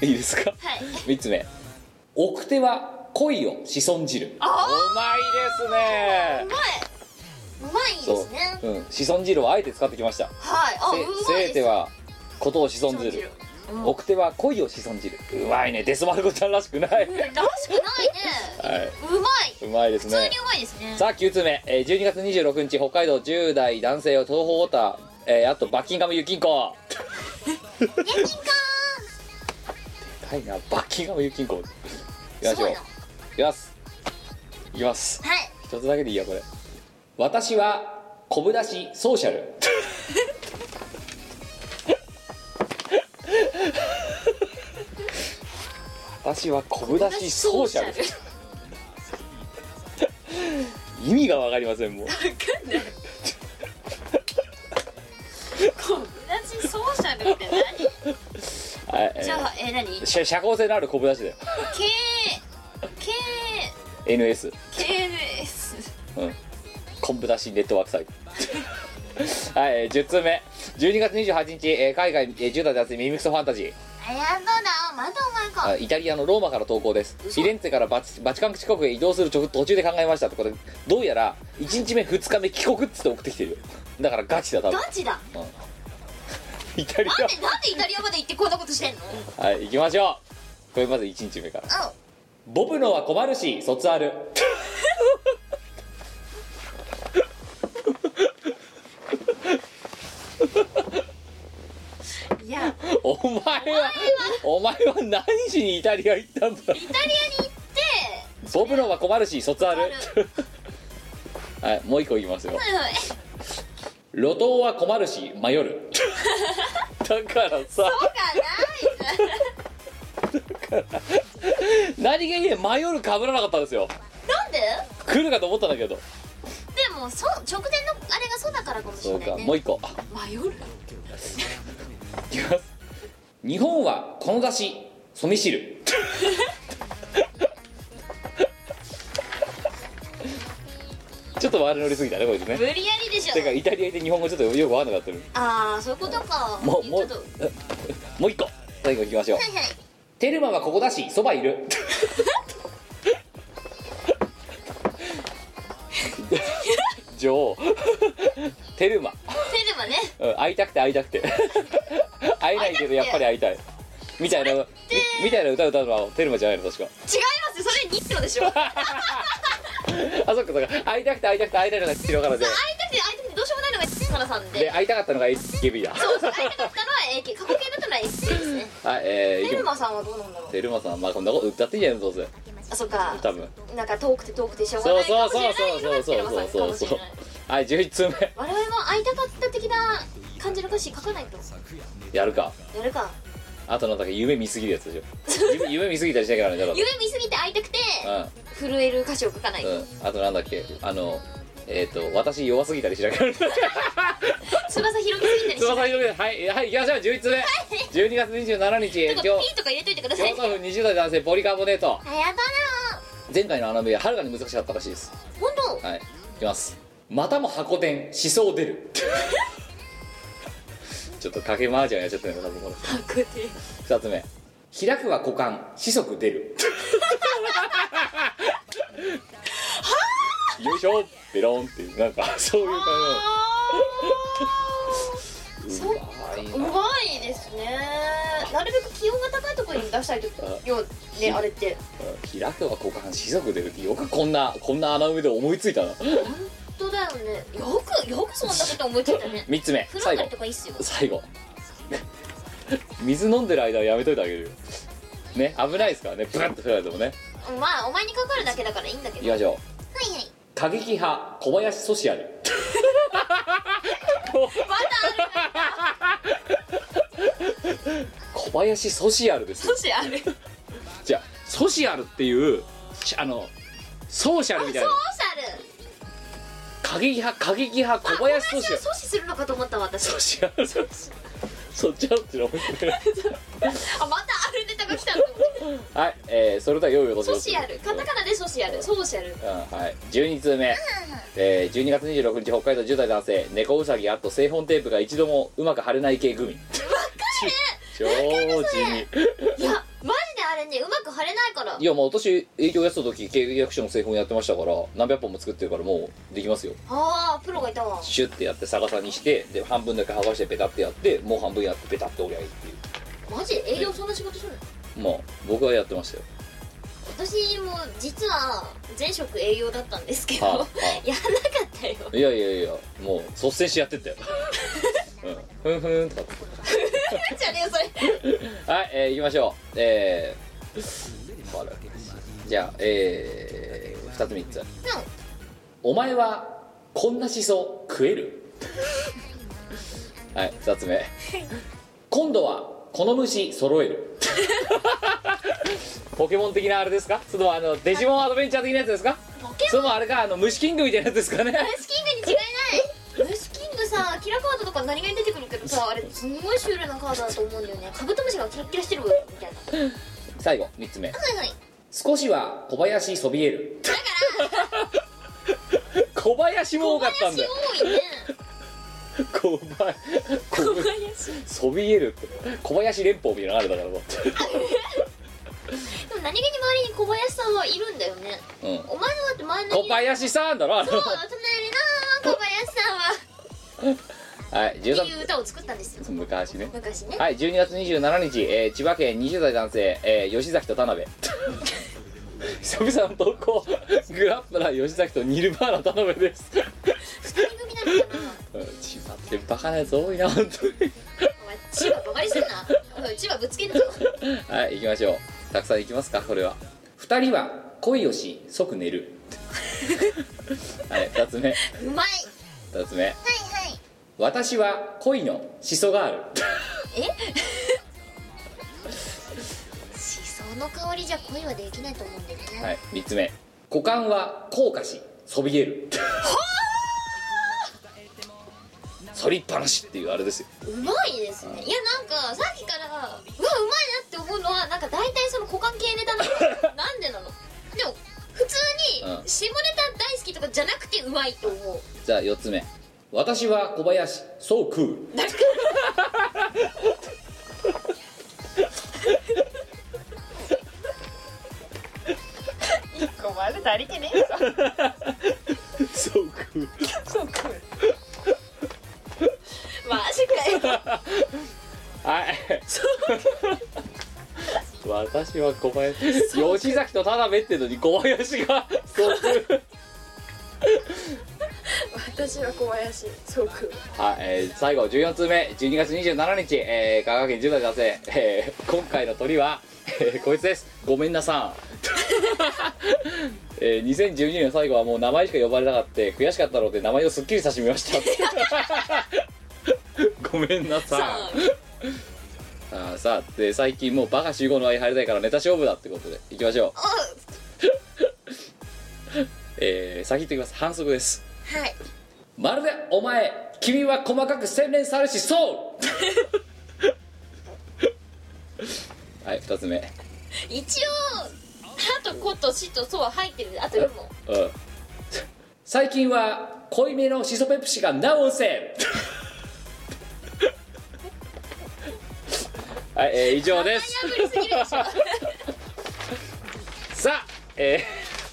[SPEAKER 1] いいですか
[SPEAKER 2] はい
[SPEAKER 1] 3つ目奥手は恋を子孫汁う
[SPEAKER 2] あ
[SPEAKER 1] まい
[SPEAKER 2] う
[SPEAKER 1] ですね
[SPEAKER 2] まいうまいですね
[SPEAKER 1] そう、うん、子孫汁をあえて使ってきました
[SPEAKER 2] はいあうま
[SPEAKER 1] せ
[SPEAKER 2] い
[SPEAKER 1] せいて
[SPEAKER 2] です
[SPEAKER 1] はことを子孫汁
[SPEAKER 2] うん
[SPEAKER 1] 奥手は恋を子孫汁うまいねデスマルコちゃんらしくない、
[SPEAKER 2] らしくないね
[SPEAKER 1] はいう
[SPEAKER 2] まいう
[SPEAKER 1] まいです
[SPEAKER 2] 普通
[SPEAKER 1] ね
[SPEAKER 2] にうまいですね
[SPEAKER 1] さあ9つ目、えー、12月26日北海道10代男性を東方ウォーター、えーあとバッキンガム雪んこ雪んこはいなバッキンガム雪んこいきましょう
[SPEAKER 2] ごい
[SPEAKER 1] い
[SPEAKER 2] な
[SPEAKER 1] きますいきます
[SPEAKER 2] はい
[SPEAKER 1] 一つだけでいいよこれ私は昆布だしソーシャル私は昆布だし奏者です意味がわかりませんもう
[SPEAKER 2] 分かんないこぶだしソーシャルって
[SPEAKER 1] はいえ
[SPEAKER 2] 何
[SPEAKER 1] ー
[SPEAKER 2] じゃあえー、何経
[SPEAKER 1] 社社交性のある昆布だしだよ
[SPEAKER 2] 営経
[SPEAKER 1] NS
[SPEAKER 2] 営 KNS
[SPEAKER 1] 昆布だしネットワークサイトはい、えー10通目12月28日、えー海外、えー、10代男性ミミクソファンタジー
[SPEAKER 2] あやんだなまだお前か
[SPEAKER 1] あイタリアのローマから投稿ですフ
[SPEAKER 2] 嘘
[SPEAKER 1] ィレンツェからバチバチカン近くへ移動する直途中で考えましたってことでどうやら1日目2日目帰国っつって送ってきてるよだからガチだ多分
[SPEAKER 2] ガチだ
[SPEAKER 1] イタリ
[SPEAKER 2] なんでなんでイタリアまで行ってこんなことしてんの
[SPEAKER 1] アはい行きましょうこれまず1日目から
[SPEAKER 2] あ
[SPEAKER 1] ボブのは困るし卒アル
[SPEAKER 2] いや
[SPEAKER 1] お前はお前は何時にイタリア行ったんだ
[SPEAKER 2] イタリアに行って
[SPEAKER 1] ボブのは困るし卒アル
[SPEAKER 2] 卒
[SPEAKER 1] はいもう一個いきますよ
[SPEAKER 2] はいはい
[SPEAKER 1] 路頭は困るし迷 るだからさ
[SPEAKER 2] そうかない
[SPEAKER 1] 何気にね迷るかぶらなかったんですよ
[SPEAKER 2] なんで
[SPEAKER 1] 来るかと思ったんだけど
[SPEAKER 2] でもそ直前のあれがそうだからかもし
[SPEAKER 1] そ
[SPEAKER 2] れ
[SPEAKER 1] う
[SPEAKER 2] な
[SPEAKER 1] か
[SPEAKER 2] いね
[SPEAKER 1] もう一個あ
[SPEAKER 2] 迷う
[SPEAKER 1] いきます日本はこのだし染み汁 ちょっと悪乗りすぎたねこいつね
[SPEAKER 2] 無理やりでしょ
[SPEAKER 1] てかイタリアで日本語ちょっとよくわかんなかったの
[SPEAKER 2] ああそういうことか
[SPEAKER 1] もうもう
[SPEAKER 2] ちょっと
[SPEAKER 1] もう一個最後いきましょう
[SPEAKER 2] はいはい
[SPEAKER 1] テルマはここだしそば いる女王テルマ
[SPEAKER 2] テルマね
[SPEAKER 1] うん会いたくて会いた くて会えないけどやっぱり会いたいみたいなみみたいな歌歌うのはテルマじゃないの確か
[SPEAKER 2] 違いますよそれニットでし ょ会い
[SPEAKER 1] あそっかそっか会いたくて会いたくて会えないのが必要からで
[SPEAKER 2] たくて会いたくてどうしようもないのがテルマさんで
[SPEAKER 1] で会いたかったのが AKB だ
[SPEAKER 2] そうそう会いたかったのは AK 過去形だったのは AK ですね
[SPEAKER 1] はいえー、
[SPEAKER 2] テ
[SPEAKER 1] いき
[SPEAKER 2] ル
[SPEAKER 1] ま
[SPEAKER 2] マさんはどうなんだろう
[SPEAKER 1] テルマさんまあこんなこと歌ってんじゃないのどうせ
[SPEAKER 2] あそっか
[SPEAKER 1] 多分
[SPEAKER 2] なんか遠くて遠くてしょうが
[SPEAKER 1] そ
[SPEAKER 2] な
[SPEAKER 1] う
[SPEAKER 2] いか
[SPEAKER 1] そ
[SPEAKER 2] も
[SPEAKER 1] う
[SPEAKER 2] しれ
[SPEAKER 1] そう
[SPEAKER 2] ないの
[SPEAKER 1] そう
[SPEAKER 2] がテ
[SPEAKER 1] そ
[SPEAKER 2] ル
[SPEAKER 1] う
[SPEAKER 2] マさ
[SPEAKER 1] そ
[SPEAKER 2] ん
[SPEAKER 1] う
[SPEAKER 2] か
[SPEAKER 1] そう
[SPEAKER 2] もし
[SPEAKER 1] そ
[SPEAKER 2] れ
[SPEAKER 1] う
[SPEAKER 2] ない
[SPEAKER 1] はい11通目
[SPEAKER 2] 我々も会いたかった的な感じの歌詞書かないと
[SPEAKER 1] やるか
[SPEAKER 2] やるか
[SPEAKER 1] あとなんか夢見すぎるやつでしょ夢夢見すぎたりしなきゃダメだろ
[SPEAKER 2] 夢見すぎて会いたくて
[SPEAKER 1] う
[SPEAKER 2] 震える歌詞を書かない
[SPEAKER 1] ん、うん、あとなんだっけあのえっ、ー、と私弱すぎたりしなきゃダメだ
[SPEAKER 2] 翼広げすぎたりし
[SPEAKER 1] つば
[SPEAKER 2] な
[SPEAKER 1] さ
[SPEAKER 2] い
[SPEAKER 1] ん広げてはいはい行きましょう11つ目、12月27
[SPEAKER 2] と
[SPEAKER 1] 日今
[SPEAKER 2] か
[SPEAKER 1] 日
[SPEAKER 2] ピーとか入れといてください
[SPEAKER 1] 京都府20代男性ポリカーボネート
[SPEAKER 3] あやだな
[SPEAKER 1] 前回の穴埋めははるかに難しかったらしいです
[SPEAKER 2] 本当
[SPEAKER 1] はいいきますまたも箱店思想出る ちょっとかけ回じゃんやっちゃってるの多分これ
[SPEAKER 2] 白で
[SPEAKER 1] 2つ目開くは股間四足出るよいしょベロンっていうなんかそういう
[SPEAKER 2] あ
[SPEAKER 1] 感じ
[SPEAKER 2] そ
[SPEAKER 1] の
[SPEAKER 2] う
[SPEAKER 1] うまいな
[SPEAKER 2] ーうまいですねなるべく気温が高いところに出したいとよねあれって
[SPEAKER 1] 開くは股間四足出るってよくこんなこんな穴埋めで思いついたな
[SPEAKER 2] 本当だよねよくよくそんなこと思いついたね
[SPEAKER 1] 3つ目
[SPEAKER 2] 風呂上
[SPEAKER 1] 最
[SPEAKER 2] が
[SPEAKER 1] 後
[SPEAKER 2] りとかいいっすよ
[SPEAKER 1] 最後水飲んでる間はやめといてあげるよね危ないですからねブラッと振られてもね
[SPEAKER 2] まあお前にかかるだけだからいいんだけ
[SPEAKER 1] い
[SPEAKER 2] ど
[SPEAKER 1] きましょう
[SPEAKER 3] はいはい
[SPEAKER 1] 過激派小林ソシアル
[SPEAKER 2] まだある
[SPEAKER 1] 小林ソシアルですよ
[SPEAKER 2] 少しあるソーシ
[SPEAKER 1] じゃあソシアルっていうしあのソーシャルみたい
[SPEAKER 2] ャ
[SPEAKER 1] な
[SPEAKER 2] ル
[SPEAKER 1] 過激派過激派小林ソ
[SPEAKER 2] 私
[SPEAKER 1] シ
[SPEAKER 2] は
[SPEAKER 1] アル
[SPEAKER 2] 阻止するのかと思った私
[SPEAKER 1] ソシアルそっちのっての面白い
[SPEAKER 2] あまたあるネタが来たの
[SPEAKER 1] はい、えー、それでは用意を
[SPEAKER 2] ソシアルカタカナでソシアルソーシャル
[SPEAKER 1] うんはい、12通目、えー、12月26日北海道10代男性猫うさぎあと製本テープが一度もうまく貼れない系グミわかる超地味
[SPEAKER 2] いやマジであれねうまく貼れないから
[SPEAKER 1] いやもう私営業やってた時契約書の製本やってましたから何百本も作ってるからもうできますよ
[SPEAKER 2] ああプロがいたわ
[SPEAKER 1] シュッてやって逆さにしてで半分だけ剥がしてペタってやってもう半分やってペタって折りゃいいってい
[SPEAKER 2] マジ営業そんな仕事するの
[SPEAKER 1] うまあ僕はやってましたよ
[SPEAKER 2] 私も実は前職営業だったんですけど、
[SPEAKER 1] はいは
[SPEAKER 2] やんなかったよ
[SPEAKER 1] いやいやいやもう率先してやってったよ、うん、ふんふんとかって
[SPEAKER 2] じゃねえよそれ
[SPEAKER 1] はい、えー、行きましょう。えー、あれじゃあ、えー、二つ三つ。お前は、こんな思想食えるはい、二つ目。今度は、この虫揃える。ポケモン的なあれですかそれともあのデジモンアドベンチャー的なやつですか
[SPEAKER 2] ポケ
[SPEAKER 1] それともあれかあの虫キングみたいなやつですかね
[SPEAKER 2] ムシキングに違いないムシキングさキラカードとか何気に出てくるけどさあれすんごいシュールなカードだと思うんだよねカブトムシがキラッキラしてるみたいなは
[SPEAKER 1] 最後3つ目
[SPEAKER 2] いはい
[SPEAKER 1] 少しは小林そびえる
[SPEAKER 2] だから
[SPEAKER 1] 小林も多かったん
[SPEAKER 2] 小
[SPEAKER 1] だよ
[SPEAKER 2] 林多いね
[SPEAKER 1] 小林小林
[SPEAKER 2] 林
[SPEAKER 1] そびえるって小林連邦みたいなのあるだからも
[SPEAKER 2] でも何気に周りに小林さんはいるんだよね
[SPEAKER 1] う、うん、
[SPEAKER 2] お前のだって前の
[SPEAKER 1] 小林さんだろあの
[SPEAKER 2] そう隣の小林さんは
[SPEAKER 1] はい
[SPEAKER 2] っていう
[SPEAKER 1] 13
[SPEAKER 2] 歌を作ったんですよ
[SPEAKER 1] 昔ね
[SPEAKER 2] 昔ね
[SPEAKER 1] はい12月27日、えー千葉県20代男性、えー吉崎と田辺 久々の投稿グラップラー吉崎とニルバーナ田辺です
[SPEAKER 2] 二人組なのかな
[SPEAKER 1] うん千葉ってバカなやつ多いな本当に
[SPEAKER 2] お前千葉バカにすんなおい千葉ぶつけるぞ
[SPEAKER 1] はい行きましょうたくさん行きますかこれは2人は恋をし即寝る はい2つ目
[SPEAKER 2] うまい
[SPEAKER 1] 2つ目
[SPEAKER 2] はいはい
[SPEAKER 1] 私は恋のしそがある
[SPEAKER 2] しその香りじゃ恋はできないと思うんだよね、
[SPEAKER 1] はい3つ目股間は硬化しそびえる反りっぱなしっていうあれですよ
[SPEAKER 2] うまいですねいやなんかさっきからうわうまいなって思うのはなんか大体その股間系ネタな のなんでなのでも普通
[SPEAKER 1] うん
[SPEAKER 2] に下ネタ大好きとかじゃなくてうまいと思う
[SPEAKER 1] じゃあ4つ目私は小林そうクール
[SPEAKER 2] 一個丸足りてねえぞ
[SPEAKER 1] そうクール
[SPEAKER 2] マジかよ
[SPEAKER 1] はい私は小林吉崎と田辺ってのに小林がそうクール
[SPEAKER 2] 私は小林そうく
[SPEAKER 1] はい、えー最後14通目12月27日、えー、香川県10代男性、えー今回の鳥は、えーこいつですごめんな さん、えー2012年の最後はもう名前しか呼ばれなかった悔しかったので名前をすっきりさせてみました ごめんなさんあーさあで最近もうバカ集合の輪に入りたいからネタ勝負だってことでいきましょう えー先言っておきます反則です
[SPEAKER 2] はい
[SPEAKER 1] まるでお前君は細かく洗練されしそ うはい2つ目
[SPEAKER 2] 一応歯とコとシとソは入ってるあと4も
[SPEAKER 1] うん最近は濃いめのシソペプシがなお せはい、えー以上です
[SPEAKER 2] 破りすぎるでしょ
[SPEAKER 1] さあ、え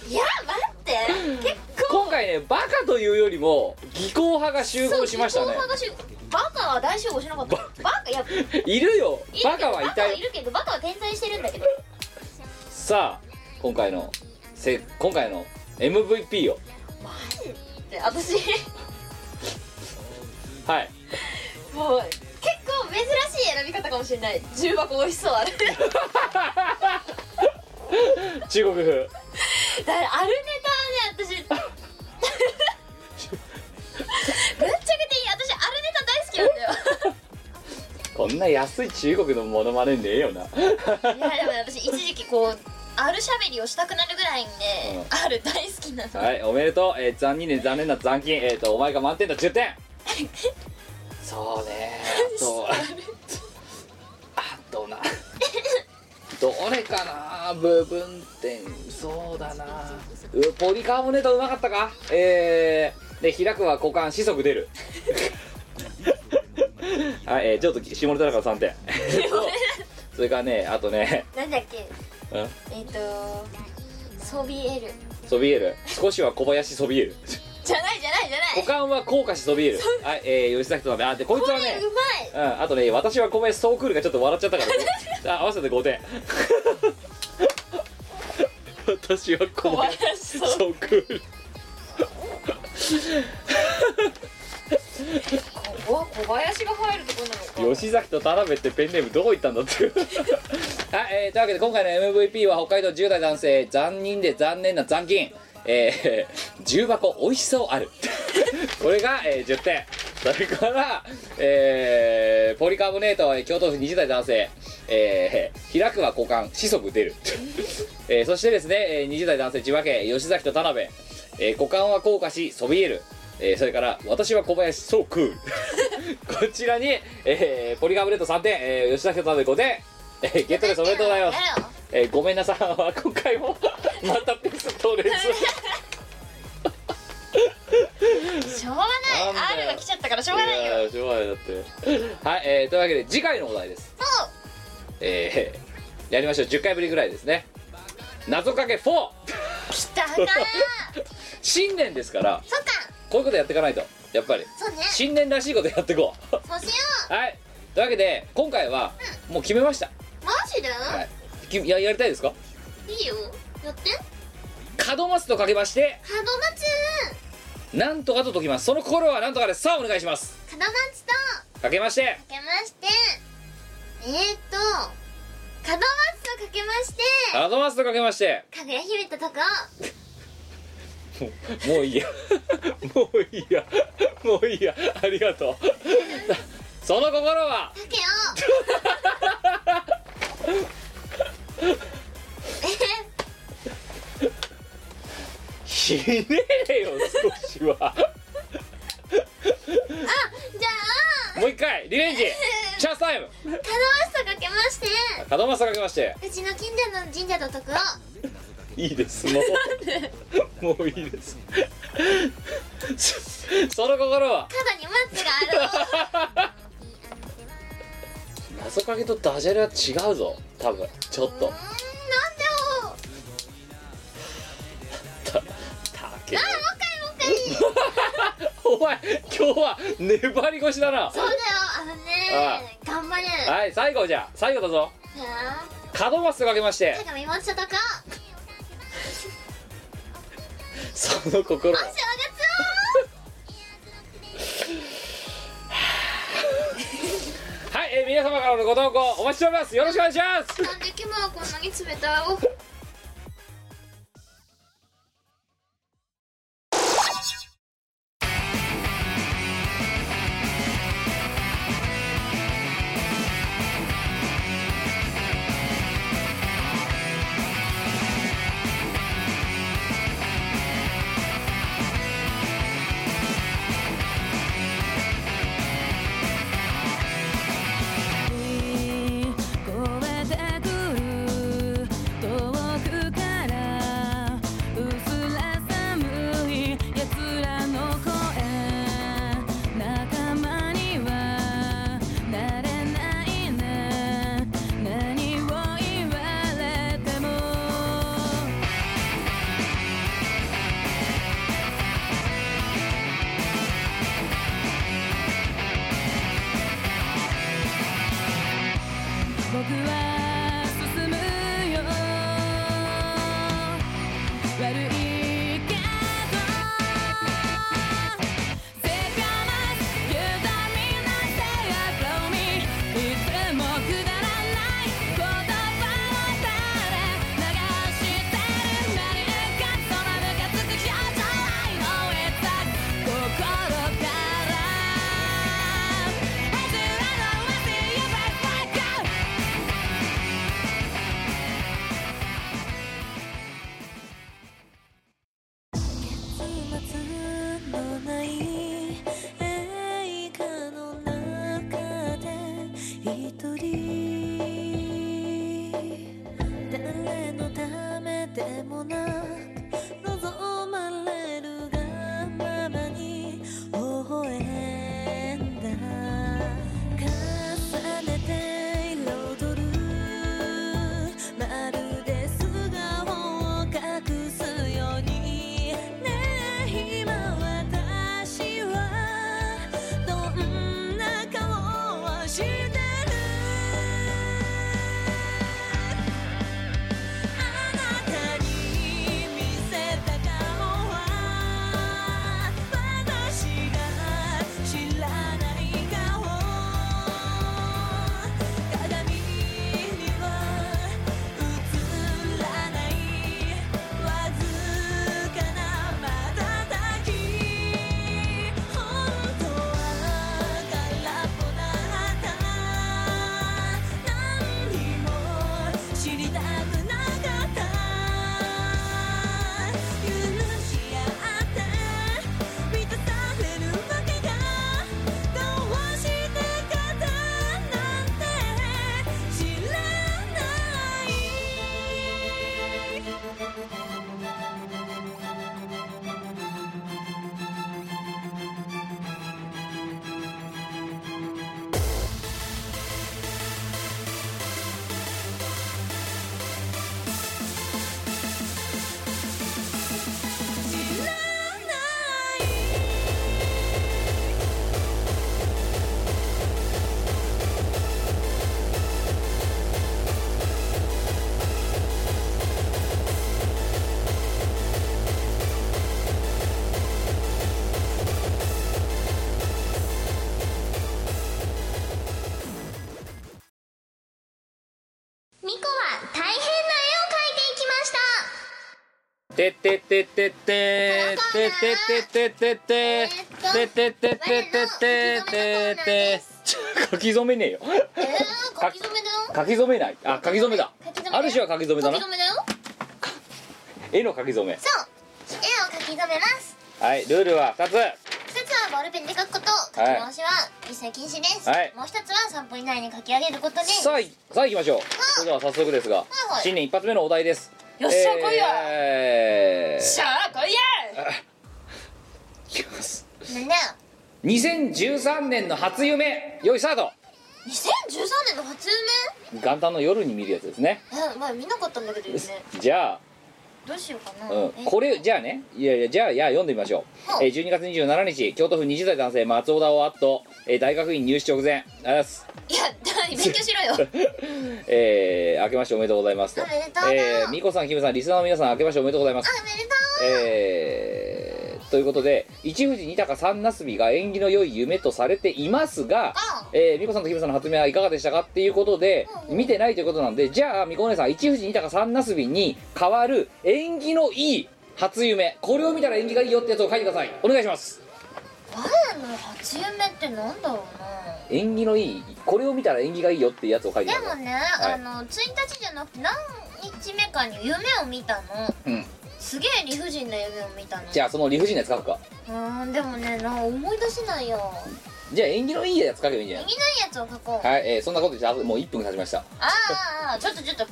[SPEAKER 2] いや待って結
[SPEAKER 1] ー今回ねバカというよりも技巧派が集合しましたね
[SPEAKER 2] 構私バカは大集合しなかったバカいや
[SPEAKER 1] いるよ
[SPEAKER 2] いるけど
[SPEAKER 1] バカはい
[SPEAKER 2] バカ
[SPEAKER 1] たい
[SPEAKER 2] いるけどバカは天才してるんだけど
[SPEAKER 1] さあ今回のせ今回の MVP を
[SPEAKER 2] で私
[SPEAKER 1] はい
[SPEAKER 2] もう結構珍しい選び方かもしれない重箱美味しそう あれだか
[SPEAKER 1] 中国風
[SPEAKER 2] らある ネタね私ぶっちゃけていい私あるネタ大好きなんだよ
[SPEAKER 1] こんな安い中国のモノマネねえよな
[SPEAKER 2] いやでも私一時期こうある喋りをしたくなるぐらいにね、ある大好きなの、
[SPEAKER 1] はいおめでとう、えー、残念ね残念な残金えっ、とお前が満点だ10点 そうねあとあとなどれかな部分点そうだなうポリカーボネートうまかったかえー、で開くは股間四足 出るはい、えー、ちょっと下ネタだから3点 それからねあとね
[SPEAKER 2] なんだっけ
[SPEAKER 1] うん
[SPEAKER 2] えっ、とそびえる
[SPEAKER 1] そびえる少しは小林そびえる
[SPEAKER 2] じゃないじゃないじゃない
[SPEAKER 1] 股間は高価しそびえるはい、えー、吉崎とはねあでこいつはね
[SPEAKER 2] これうま
[SPEAKER 1] うんあとね私は小林そうくるがちょっと笑っちゃったから あ合わせて5点私は小
[SPEAKER 2] い小林そう
[SPEAKER 1] そうくる
[SPEAKER 2] うわ小林が入るとこなのか
[SPEAKER 1] 吉崎と田辺ってペンネームどこ行ったんだっていう はい、えーというわけで今回の MVP は北海道10代男性残忍で残念な残金えー、重箱美味しそうある これが、えー10点それから、えーポリカーボネートは京都府20代男性、えー開くは股間四足出る、えーそしてですね、えー20代男性千葉県吉崎と田辺、えー股間は硬化しそびえる、えーそれから私は小林そうクー ルこちらに、えーポリガムレッド3点、えー吉崎と田辺5点、えーゲットですおめでとうございます
[SPEAKER 2] やるよ
[SPEAKER 1] えーごめんなさいは今回も またペストレ ス
[SPEAKER 2] しょうが
[SPEAKER 1] な
[SPEAKER 2] な
[SPEAKER 1] ん
[SPEAKER 2] い
[SPEAKER 1] だ
[SPEAKER 2] R
[SPEAKER 1] よ
[SPEAKER 2] が来ちゃったからしょうがないよ
[SPEAKER 1] やしょうがないだってはい、えーというわけで次回のお題です
[SPEAKER 2] おう
[SPEAKER 1] えーやりましょう10回ぶりぐらいですね謎かけ 4!
[SPEAKER 2] 来た かな
[SPEAKER 1] 新年ですから
[SPEAKER 2] そっか
[SPEAKER 1] こういうことやっていかないとやっぱり
[SPEAKER 2] そうね
[SPEAKER 1] 新年らしいことやっていこう
[SPEAKER 2] そうしよ
[SPEAKER 1] はいというわけで今回はもう決めました、
[SPEAKER 2] うマジで、
[SPEAKER 1] はい、きややりたいですか
[SPEAKER 2] い、いよやって
[SPEAKER 1] 門松とかけまして
[SPEAKER 2] 門松
[SPEAKER 1] なんとかと解きますその心はなんとかですさあお願いします
[SPEAKER 2] 門松と
[SPEAKER 1] かけまして
[SPEAKER 2] かけましてえー、っと門松とかけまして
[SPEAKER 1] 門松とかけまして
[SPEAKER 2] かぐや姫ととこ
[SPEAKER 1] もういいや もういいやもういいやありがとう その心は
[SPEAKER 2] かけよう
[SPEAKER 1] ひねれよ少しは
[SPEAKER 2] じゃあ
[SPEAKER 1] もう一回リベンジチャンスタイム
[SPEAKER 2] 門松とかけまして
[SPEAKER 1] 門松とかけまして
[SPEAKER 2] うちの近所の神社ととこ
[SPEAKER 1] いいですもう もういいですそその心は
[SPEAKER 2] 角に松がある
[SPEAKER 1] 謎かけとダジャレは違うぞ多分ちょっと
[SPEAKER 2] うーんなんだよ
[SPEAKER 1] たたけど
[SPEAKER 2] もう一回もう一回
[SPEAKER 1] お前今日は粘り腰だな
[SPEAKER 2] そうだよあのね頑張れは
[SPEAKER 1] はい最後じゃあ最後だぞ
[SPEAKER 2] あ
[SPEAKER 1] 門松とかけまして
[SPEAKER 2] かが見ましたとこ
[SPEAKER 1] その心は
[SPEAKER 2] 正月を
[SPEAKER 1] はい、えー皆様からのご投稿お待ちしておりますよろしくお願いします
[SPEAKER 2] なんで今日はこんなに冷たいお
[SPEAKER 6] 越えてくる「遠くからうすら寒いやつらの声」「仲間にはなれないね何を言われても」僕は進むよ悪いけどせかまずゆだみなせやろみいつもくだらない言葉をただ流してる何かそのムカつく表情 I know it's that 心から I do I know I see you back like you 「君の背中を追いかけて」
[SPEAKER 3] ミコは大変な絵を描いていきました
[SPEAKER 1] てってってってっててってってってってててってってってててて書き初めねえよ
[SPEAKER 2] えー、書き初めだよ
[SPEAKER 1] 書き初めないあ書き初めだある種は書き初
[SPEAKER 2] 書
[SPEAKER 1] めだ
[SPEAKER 2] き
[SPEAKER 1] な
[SPEAKER 2] 初めだよ
[SPEAKER 1] 絵の書き初め
[SPEAKER 2] そう絵を描き留めます
[SPEAKER 1] はいルールは2つ
[SPEAKER 2] 一つはボールペンで書くこと書き
[SPEAKER 1] はい
[SPEAKER 2] 回しは一切禁止です、
[SPEAKER 1] はい
[SPEAKER 2] もう一つは3分以内に書き上げることです
[SPEAKER 1] さあいさあ行きましょうそれでは早速ですが
[SPEAKER 2] はい
[SPEAKER 1] 新年一発目のお題です
[SPEAKER 6] よっしゃ来いよ
[SPEAKER 1] えー
[SPEAKER 6] しゃあ来いや
[SPEAKER 1] いきます
[SPEAKER 2] なんだよ
[SPEAKER 1] 2013年の初夢よいスタート
[SPEAKER 2] 2013年の初
[SPEAKER 1] 元旦の夜に見るやつですね
[SPEAKER 2] 夢え前見なかったんだけどね
[SPEAKER 1] じゃあ
[SPEAKER 2] どうしようかな、
[SPEAKER 1] うん
[SPEAKER 2] え、
[SPEAKER 1] これじゃあねいやいやじゃあいや読んでみましょう、
[SPEAKER 2] うん
[SPEAKER 1] えー12月27日京都府20代男性松尾田をあっと、えー大学院入試直前ありがとうございます、
[SPEAKER 2] いやだい勉強しろよ
[SPEAKER 1] えー、明けましておめでとうございますと
[SPEAKER 2] おめでとうだ
[SPEAKER 1] えー、みこさんキムさんリスナーの皆さん明けましておめでとうございます
[SPEAKER 2] おめでと
[SPEAKER 1] えー、ということで一富士二鷹三なすびが縁起の良い夢とされていますが、えー、美子さんとキムさんの発明はいかがでしたかっていうことで、見てないということなんでじゃあ美子お姉さん一富士二鷹三なすびに変わる縁起のいい初夢これを見たら縁起がいいよってやつを書いてくださいお願いします
[SPEAKER 2] う我らの初夢ってなんだろうな
[SPEAKER 1] 縁起のいいこれを見たら縁起がいいよってやつを書いて
[SPEAKER 2] で
[SPEAKER 1] くだ
[SPEAKER 2] も
[SPEAKER 1] さい
[SPEAKER 2] ね、
[SPEAKER 1] はい
[SPEAKER 2] あの1日じゃなくて何日目かに夢を見たの
[SPEAKER 1] うん、
[SPEAKER 2] すげえ理不尽な夢を見たの
[SPEAKER 1] じゃあその理不尽なやつ書くか
[SPEAKER 2] うーんでもねな思い出せないよ
[SPEAKER 1] じゃあ縁起のいいやつ書けばいいんじゃ
[SPEAKER 2] で
[SPEAKER 1] な
[SPEAKER 2] き
[SPEAKER 1] い
[SPEAKER 2] ないやつを書こう、
[SPEAKER 1] はい、えー、そんなことしてあともう1分経ちました
[SPEAKER 2] あーあーあーちょっとちょっと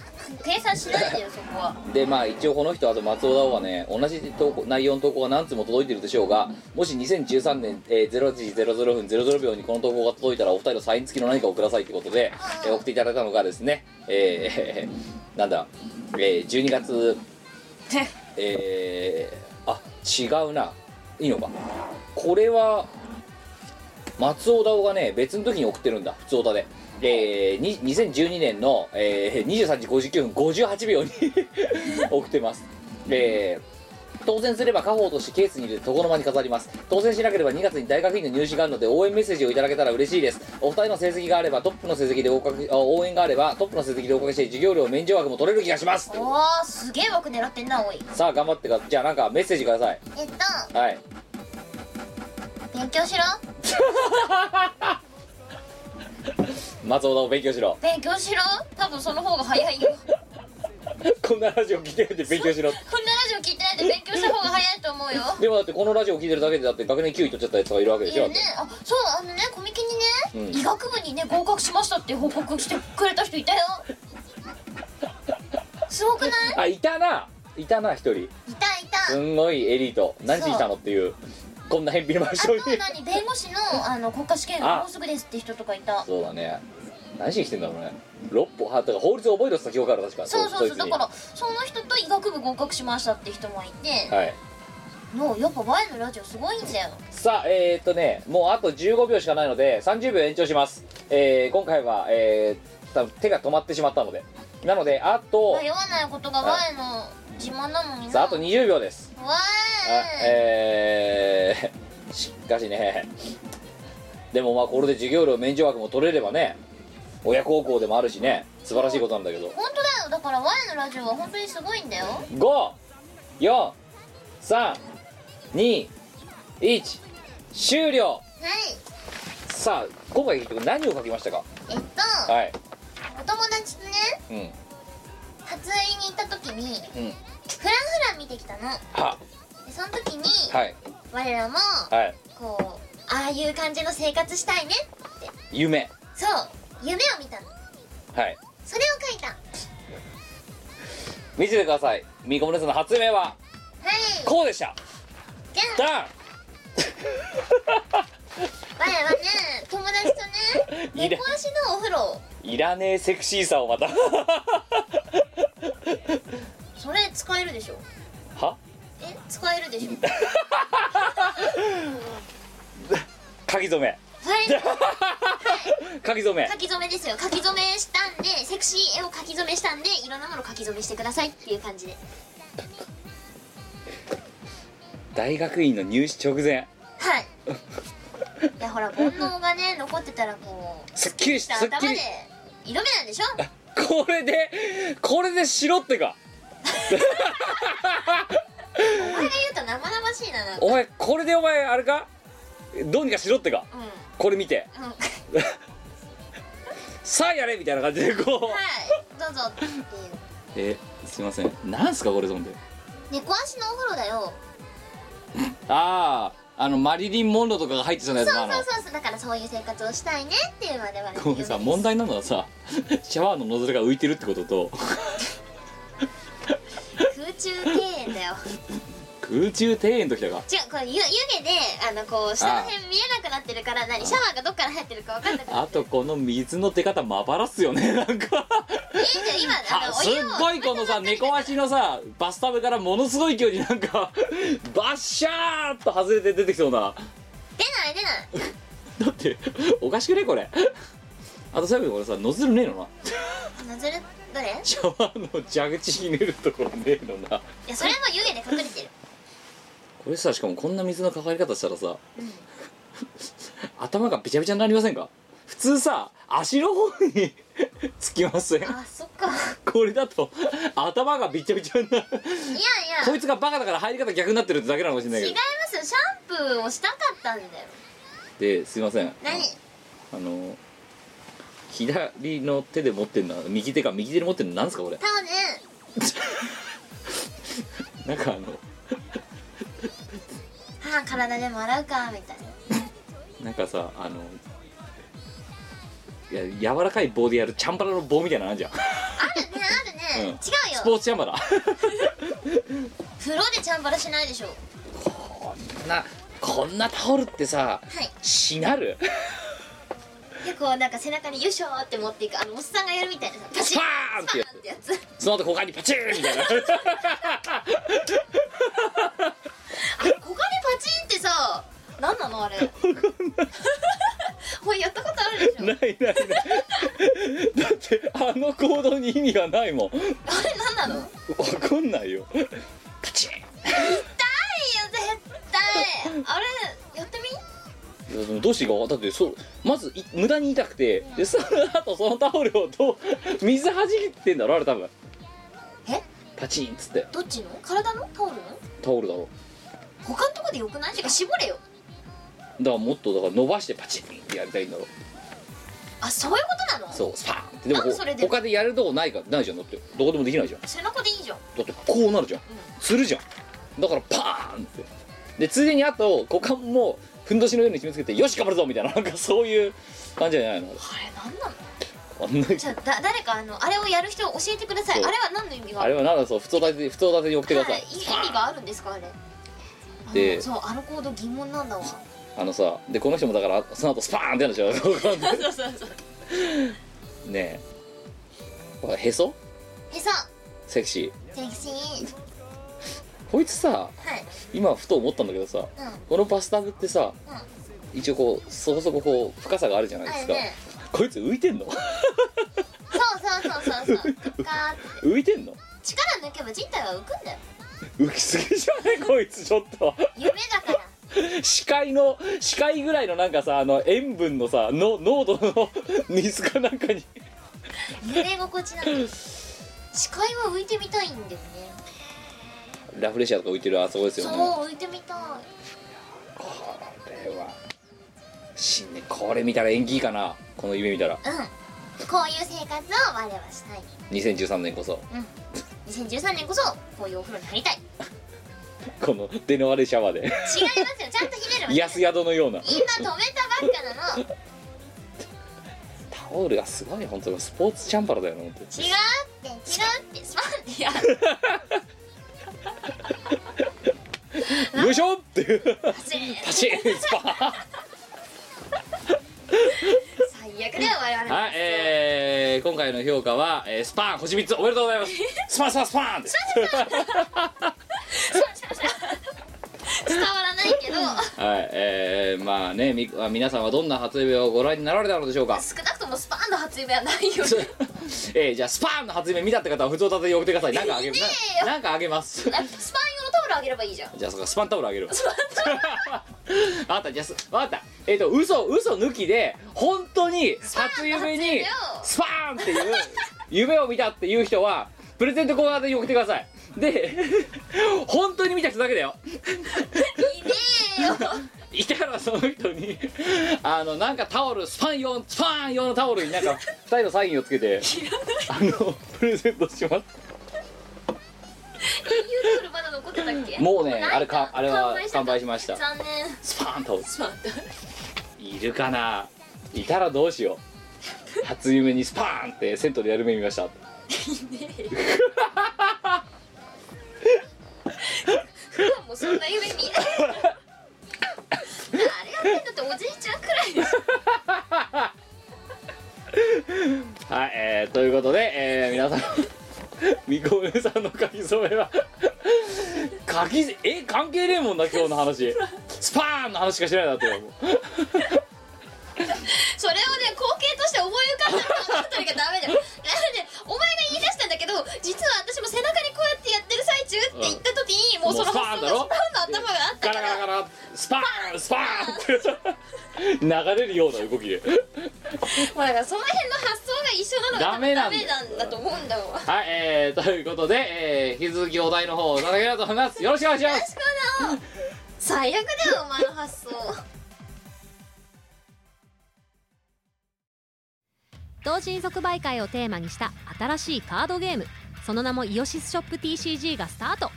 [SPEAKER 2] 計算しないでよそこは
[SPEAKER 1] でまあ一応この人あと松尾田はね同じ投稿内容の投稿が何通も届いてるでしょうがもし2013年、えー、0時00分00秒にこの投稿が届いたらお二人のサイン付きの何かをくださいってことで、えー送っていただいたのがですねえー なんだ、えー、12月えー、あ違うないいのかこれは松尾田をがね別の時に送ってるんだ普通オタで、えー、に2012年の、えー、23時59分58秒に 送ってますえー当選すれば家宝としてケースに入れて床の間に飾ります当選しなければ2月に大学院の入試があるので応援メッセージをいただけたら嬉しいですお二人の成績があればトップの成績で合格あ応援があればトップの成績で合格して授業料免除額も取れる気がします
[SPEAKER 2] おーすげえ枠狙ってんなおい
[SPEAKER 1] さあ頑張ってかじゃあなんかメッセージください
[SPEAKER 2] えっと
[SPEAKER 1] はい
[SPEAKER 2] 勉強しろ
[SPEAKER 1] 松尾田を勉強しろ
[SPEAKER 2] 勉強しろ多分その方が早いよ
[SPEAKER 1] こんなラジオ聞いてるんで勉強しろ
[SPEAKER 2] こんなラジオ聞いてないで勉強した方が早いと思うよ
[SPEAKER 1] でもだってこのラジオ聞いてるだけでだって学年9位取っちゃったやつがいるわけで
[SPEAKER 2] い
[SPEAKER 1] しょ
[SPEAKER 2] やねあそうあのねコミケにね、
[SPEAKER 1] うん
[SPEAKER 2] 医学部にね合格しましたって報告してくれた人いたよすごくない
[SPEAKER 1] あいたないたな一人
[SPEAKER 2] いたいた
[SPEAKER 1] すんごいエリート何しに来たのっていうこんな偏僻な場
[SPEAKER 2] あ
[SPEAKER 1] 所
[SPEAKER 2] と
[SPEAKER 1] に
[SPEAKER 2] 何弁護士のあの国家試験がもうすぐですって人とかいた
[SPEAKER 1] そうだね何しに来てんだろうね六本あだから法律を覚えろって今日から確か
[SPEAKER 2] そうそうそう
[SPEAKER 1] いつ
[SPEAKER 2] だ
[SPEAKER 1] に
[SPEAKER 2] からその人と医学部合格しましたって人もいて、
[SPEAKER 1] はい
[SPEAKER 2] もうやっぱ前のラジオすごいんだよ
[SPEAKER 1] さあえー、っとねもうあと15秒しかないので30秒延長しますえー、今回はえー、多分手が止まってしまったのでなのであと
[SPEAKER 2] 迷わないことが前の自慢なのに
[SPEAKER 1] さ
[SPEAKER 2] な
[SPEAKER 1] ああと20秒です
[SPEAKER 2] わー
[SPEAKER 1] あ
[SPEAKER 2] い、
[SPEAKER 1] えー、 しかしねでもまあこれで授業料免除枠も取れればね親孝行でもあるしね素晴らしいことなんだけど
[SPEAKER 2] 本当だよだから前のラジオは本当にすごいんだよ
[SPEAKER 1] 54321終了
[SPEAKER 2] はい
[SPEAKER 1] さあ今回結局何を書きましたか
[SPEAKER 2] えっと、
[SPEAKER 1] はい
[SPEAKER 2] お友達とね
[SPEAKER 1] うん
[SPEAKER 2] 初売りに行った時に
[SPEAKER 1] うん
[SPEAKER 2] フラフラ見てきたの
[SPEAKER 1] は
[SPEAKER 2] でその時に、
[SPEAKER 1] はい
[SPEAKER 2] 我らも
[SPEAKER 1] はい
[SPEAKER 2] こうああいう感じの生活したいね
[SPEAKER 1] 夢
[SPEAKER 2] そう夢を見たの
[SPEAKER 1] はい
[SPEAKER 2] それを書いたは
[SPEAKER 1] 見せてくださいみこもねさんの発明はいこうでした
[SPEAKER 2] じゃあ
[SPEAKER 1] ダン
[SPEAKER 2] 我らはね友達とね
[SPEAKER 1] いいね
[SPEAKER 2] 猫足のお風呂
[SPEAKER 1] いらねえセクシーさをまた
[SPEAKER 2] それ使えるでしょ
[SPEAKER 1] は
[SPEAKER 2] え使えるでしょ
[SPEAKER 1] 書き初め
[SPEAKER 2] はい
[SPEAKER 1] 書き初め
[SPEAKER 2] 書き初めですよ書き初めしたんでセクシー絵を書き初めしたんでいろんなもの書き初めしてくださいっていう感じで
[SPEAKER 1] 大学院の入試直前
[SPEAKER 2] はいいやほら煩悩がね残ってたらこう
[SPEAKER 1] すっきりし
[SPEAKER 2] した
[SPEAKER 1] すっき
[SPEAKER 2] 頭
[SPEAKER 1] り
[SPEAKER 2] で挑めないでしょ
[SPEAKER 1] これでこれで白ってか
[SPEAKER 2] お前が言うと生々しいななんか
[SPEAKER 1] お前これでお前あれかどうにかしろってか
[SPEAKER 2] うんうん
[SPEAKER 1] これ見て
[SPEAKER 2] はい
[SPEAKER 1] さあやれみたいな感じでこう、
[SPEAKER 2] どうぞっていう
[SPEAKER 1] えすいませんなんすかこれそんで
[SPEAKER 2] 猫足のお風呂だよ
[SPEAKER 1] あああのマリリン・モンローとかが入ってそうなやつ
[SPEAKER 2] そう
[SPEAKER 1] なの
[SPEAKER 2] そうそうそうだからそういう生活をしたいねっていうまでは
[SPEAKER 1] これさ問題なのはさシャワーのノズルが浮いてるってことと
[SPEAKER 2] 空中庭園だよ
[SPEAKER 1] 空中庭園の時だか
[SPEAKER 2] 違うこれ湯湯気であのこう下の辺見えなくなってるから何シャワーがどっから入ってるか分かんなくな
[SPEAKER 1] あとこの水の出方まばらっすよね なんか
[SPEAKER 2] るいいんだよ今あ
[SPEAKER 1] あ
[SPEAKER 2] のお
[SPEAKER 1] すっ
[SPEAKER 2] 湯を
[SPEAKER 1] ごいこのさ猫足のさバスタブからものすごい勢いになんかバッシャーっと外れて出てきそうな
[SPEAKER 2] 出ない出ない
[SPEAKER 1] だっておかしくねこれあと最後にこれさノズルねえのな
[SPEAKER 2] ノズルどれ
[SPEAKER 1] シャワーの蛇口ひねるところねえのない
[SPEAKER 2] やそれも湯気で隠れてる
[SPEAKER 1] これさしかもこんな水のかかり方したらさ、 頭がびちゃびちゃになりませんか普通さ足の方に つきません
[SPEAKER 2] あそっか
[SPEAKER 1] これだと頭がびちゃびちゃになる
[SPEAKER 2] いやい
[SPEAKER 1] こ
[SPEAKER 2] や
[SPEAKER 1] いつがバカだから入り方逆になってるってだけなのかもしれない
[SPEAKER 2] 違
[SPEAKER 1] け
[SPEAKER 2] い
[SPEAKER 1] ど
[SPEAKER 2] ますよシャンプーをしたかったんだよ
[SPEAKER 1] ですいません
[SPEAKER 2] 何
[SPEAKER 1] あの左の手で持ってんのは右手か右手で持ってんのなんですかこれ
[SPEAKER 2] タオル
[SPEAKER 1] なんかあの
[SPEAKER 2] はあ体でも洗うかみたいな
[SPEAKER 1] なんかさあのいや柔らかい棒でやるチャンバラの棒みたいなのあんじゃん
[SPEAKER 2] あるねあるね、
[SPEAKER 1] うん
[SPEAKER 2] 違
[SPEAKER 1] ス
[SPEAKER 2] う
[SPEAKER 1] ポ
[SPEAKER 2] よ
[SPEAKER 1] ーツチャンバラ
[SPEAKER 2] 風呂でチャンバラしないでしょは
[SPEAKER 1] なこんなタオルってさしなる
[SPEAKER 2] いでこうなんか背中によいしょーって持っていくあのおっさんがやるみたいなさパシッ
[SPEAKER 1] パーンってやつ
[SPEAKER 2] パーンってやつ
[SPEAKER 1] その後股間にパチーンみたいな
[SPEAKER 2] ここにパチンってさ何なのあれ お前やったことあるでしょ
[SPEAKER 1] ないないないだってあの行動に意味がないもん
[SPEAKER 2] あれ何なの
[SPEAKER 1] 分かんないよパチー
[SPEAKER 2] 痛いよ絶対あれやってみ
[SPEAKER 1] ンいやでもどうしていいか分かんないだってそうまずい無駄に痛くてでその後そのタオルをどう水はじってんだろあれ多分
[SPEAKER 2] え
[SPEAKER 1] パチーンっつって
[SPEAKER 2] どっちの体のタオルの
[SPEAKER 1] タオルだろ
[SPEAKER 2] 他のとこでよくないてか絞れよ
[SPEAKER 1] だからもっとだから伸ばしてパチンってやりたいんだろ
[SPEAKER 2] あそういうことなの
[SPEAKER 1] そうスパーンってでも
[SPEAKER 2] なんでそれで
[SPEAKER 1] 他でやるとこないかないじゃんだってどこでもできないじゃんだ
[SPEAKER 2] 背中でいいじゃん
[SPEAKER 1] ってこうなるじゃんするじゃんだからパーンってでついでにあと股間もふんどしのように締め付けてよし頑張るぞみたいななんかそういう感じじゃ ないの
[SPEAKER 2] あれ何なの
[SPEAKER 1] あんな
[SPEAKER 2] じゃあだ誰かあのあれをやる人教えてください
[SPEAKER 1] そう
[SPEAKER 2] あれは何の意味が
[SPEAKER 1] あ
[SPEAKER 2] あ
[SPEAKER 1] れ
[SPEAKER 2] る
[SPEAKER 1] はなんだそう太立て太立てに置くてくださ
[SPEAKER 2] はいいい意味があるんですかあれ
[SPEAKER 1] で
[SPEAKER 2] あのそうあの行動疑問なんだわそ
[SPEAKER 1] あのさでこの人もだからその後スパーンってなるでしょ股間で
[SPEAKER 2] うそうそう
[SPEAKER 1] ねえこれへそ
[SPEAKER 2] へそ
[SPEAKER 1] セクシ
[SPEAKER 2] セクシー
[SPEAKER 1] ーこいつさ
[SPEAKER 2] はい
[SPEAKER 1] 今ふと思ったんだけどさ
[SPEAKER 2] うん
[SPEAKER 1] このバスタブってさ、一応こうそこそここう深さがあるじゃないで
[SPEAKER 2] あ
[SPEAKER 1] す
[SPEAKER 2] る
[SPEAKER 1] か、
[SPEAKER 2] ね
[SPEAKER 1] こいつ浮いてんの
[SPEAKER 2] そうそうそうそうそうとか
[SPEAKER 1] 浮いてんの
[SPEAKER 2] 力抜けば人体は浮くんだよ
[SPEAKER 1] 浮きすぎじゃねこいつちょっと
[SPEAKER 2] 夢だから
[SPEAKER 1] 視界の視界ぐらいのなんかさあの塩分のさの濃度の水かなんかに
[SPEAKER 2] 揺れ心地なん だよ視界は浮いてみたいんだよね
[SPEAKER 1] ラフレシアとか浮いてるあそこですよ
[SPEAKER 2] そ
[SPEAKER 1] ね
[SPEAKER 2] う浮いてみたい
[SPEAKER 1] これは死ねこれ見たら縁起いいかなこの夢見たら
[SPEAKER 2] うんこういう生活を我はしたい
[SPEAKER 1] 2013年こそ
[SPEAKER 2] 2013年こそこういうお風呂に入りたい違い
[SPEAKER 1] この出の悪いシャワー で
[SPEAKER 2] ますよちゃんとひねればいい
[SPEAKER 1] 安宿のような
[SPEAKER 2] 今止めたばっかなの違う
[SPEAKER 1] タオルがすごい本当にスポーツチャンバラだよな本当に
[SPEAKER 2] って違うってスパンってやる
[SPEAKER 1] よいしょっていう
[SPEAKER 2] 忘れ
[SPEAKER 1] パチンスパーン
[SPEAKER 2] 最悪だよ我々
[SPEAKER 1] はい、えー、今回の評価は、えースパーン星3つおめでとうござい ますスパンスパンスパーンです
[SPEAKER 2] 伝わらないけど
[SPEAKER 1] はいえー、まあねみあ皆さんはどんな初夢をご覧になられたのでしょうか
[SPEAKER 2] 少なくともスパンの初夢はないよね
[SPEAKER 1] えー、じゃあスパーンの初夢見たって方は普通立てに送ってくださいなんかあげる
[SPEAKER 2] ねえよ
[SPEAKER 1] なんかあげます
[SPEAKER 2] あスパン用のタオルあげればいいじゃん
[SPEAKER 1] じゃあそうかスパンタオルあげるわ あったじゃあすわかったえっ、と嘘嘘抜きで本当に初夢に
[SPEAKER 2] スパーンの初夢を
[SPEAKER 1] スパーンっていう夢を見たっていう人はプレゼントコーナーで送ってくださいで本当に見た人だけだよ
[SPEAKER 2] いねえよ
[SPEAKER 1] いたらその人にあのなんかタオルスパン用スパン用のタオルになんか2人のサインをつけてあのプレゼントします
[SPEAKER 2] ユーロルまだ残ってたっけ
[SPEAKER 1] もうねあれか
[SPEAKER 2] 完売
[SPEAKER 1] あれは
[SPEAKER 2] した
[SPEAKER 1] 完売しました
[SPEAKER 2] 残念
[SPEAKER 1] スパーンといるかないたらどうしよ う初夢にスパーンって銭湯でやる目見ました
[SPEAKER 2] 普段もそんな夢見ない あれやってんだっておじいちゃんくらいでしょ
[SPEAKER 1] はい、えーということで、えー皆さん みこねさんの書き初めは書きえ関係ねえもんな今日の話スパーンの話しかしないなって思う
[SPEAKER 2] それをね光景として思い浮かんだのあたりがダメだ よだからねお前が言い出したんだけど実は私も背中にこうやってやってる最中って言った時に、もうその発想が
[SPEAKER 1] もう
[SPEAKER 2] スパンの頭があった
[SPEAKER 1] ガ
[SPEAKER 2] か
[SPEAKER 1] ラ
[SPEAKER 2] ら
[SPEAKER 1] ガラガラスパーンスパーンって流れるような動きで
[SPEAKER 2] もうだからその辺の発想が一緒なのが
[SPEAKER 1] ダメなんだよ
[SPEAKER 2] ダメなんだと思うんだわよろし
[SPEAKER 1] はい、えーということで、えー引き続きお題の方をいただければと思いますよろしくお願いします
[SPEAKER 2] くな最悪だよお前の発想
[SPEAKER 4] 同人即売会をテーマにした新しいカードゲームその名もイオシスショップ TCG がスタート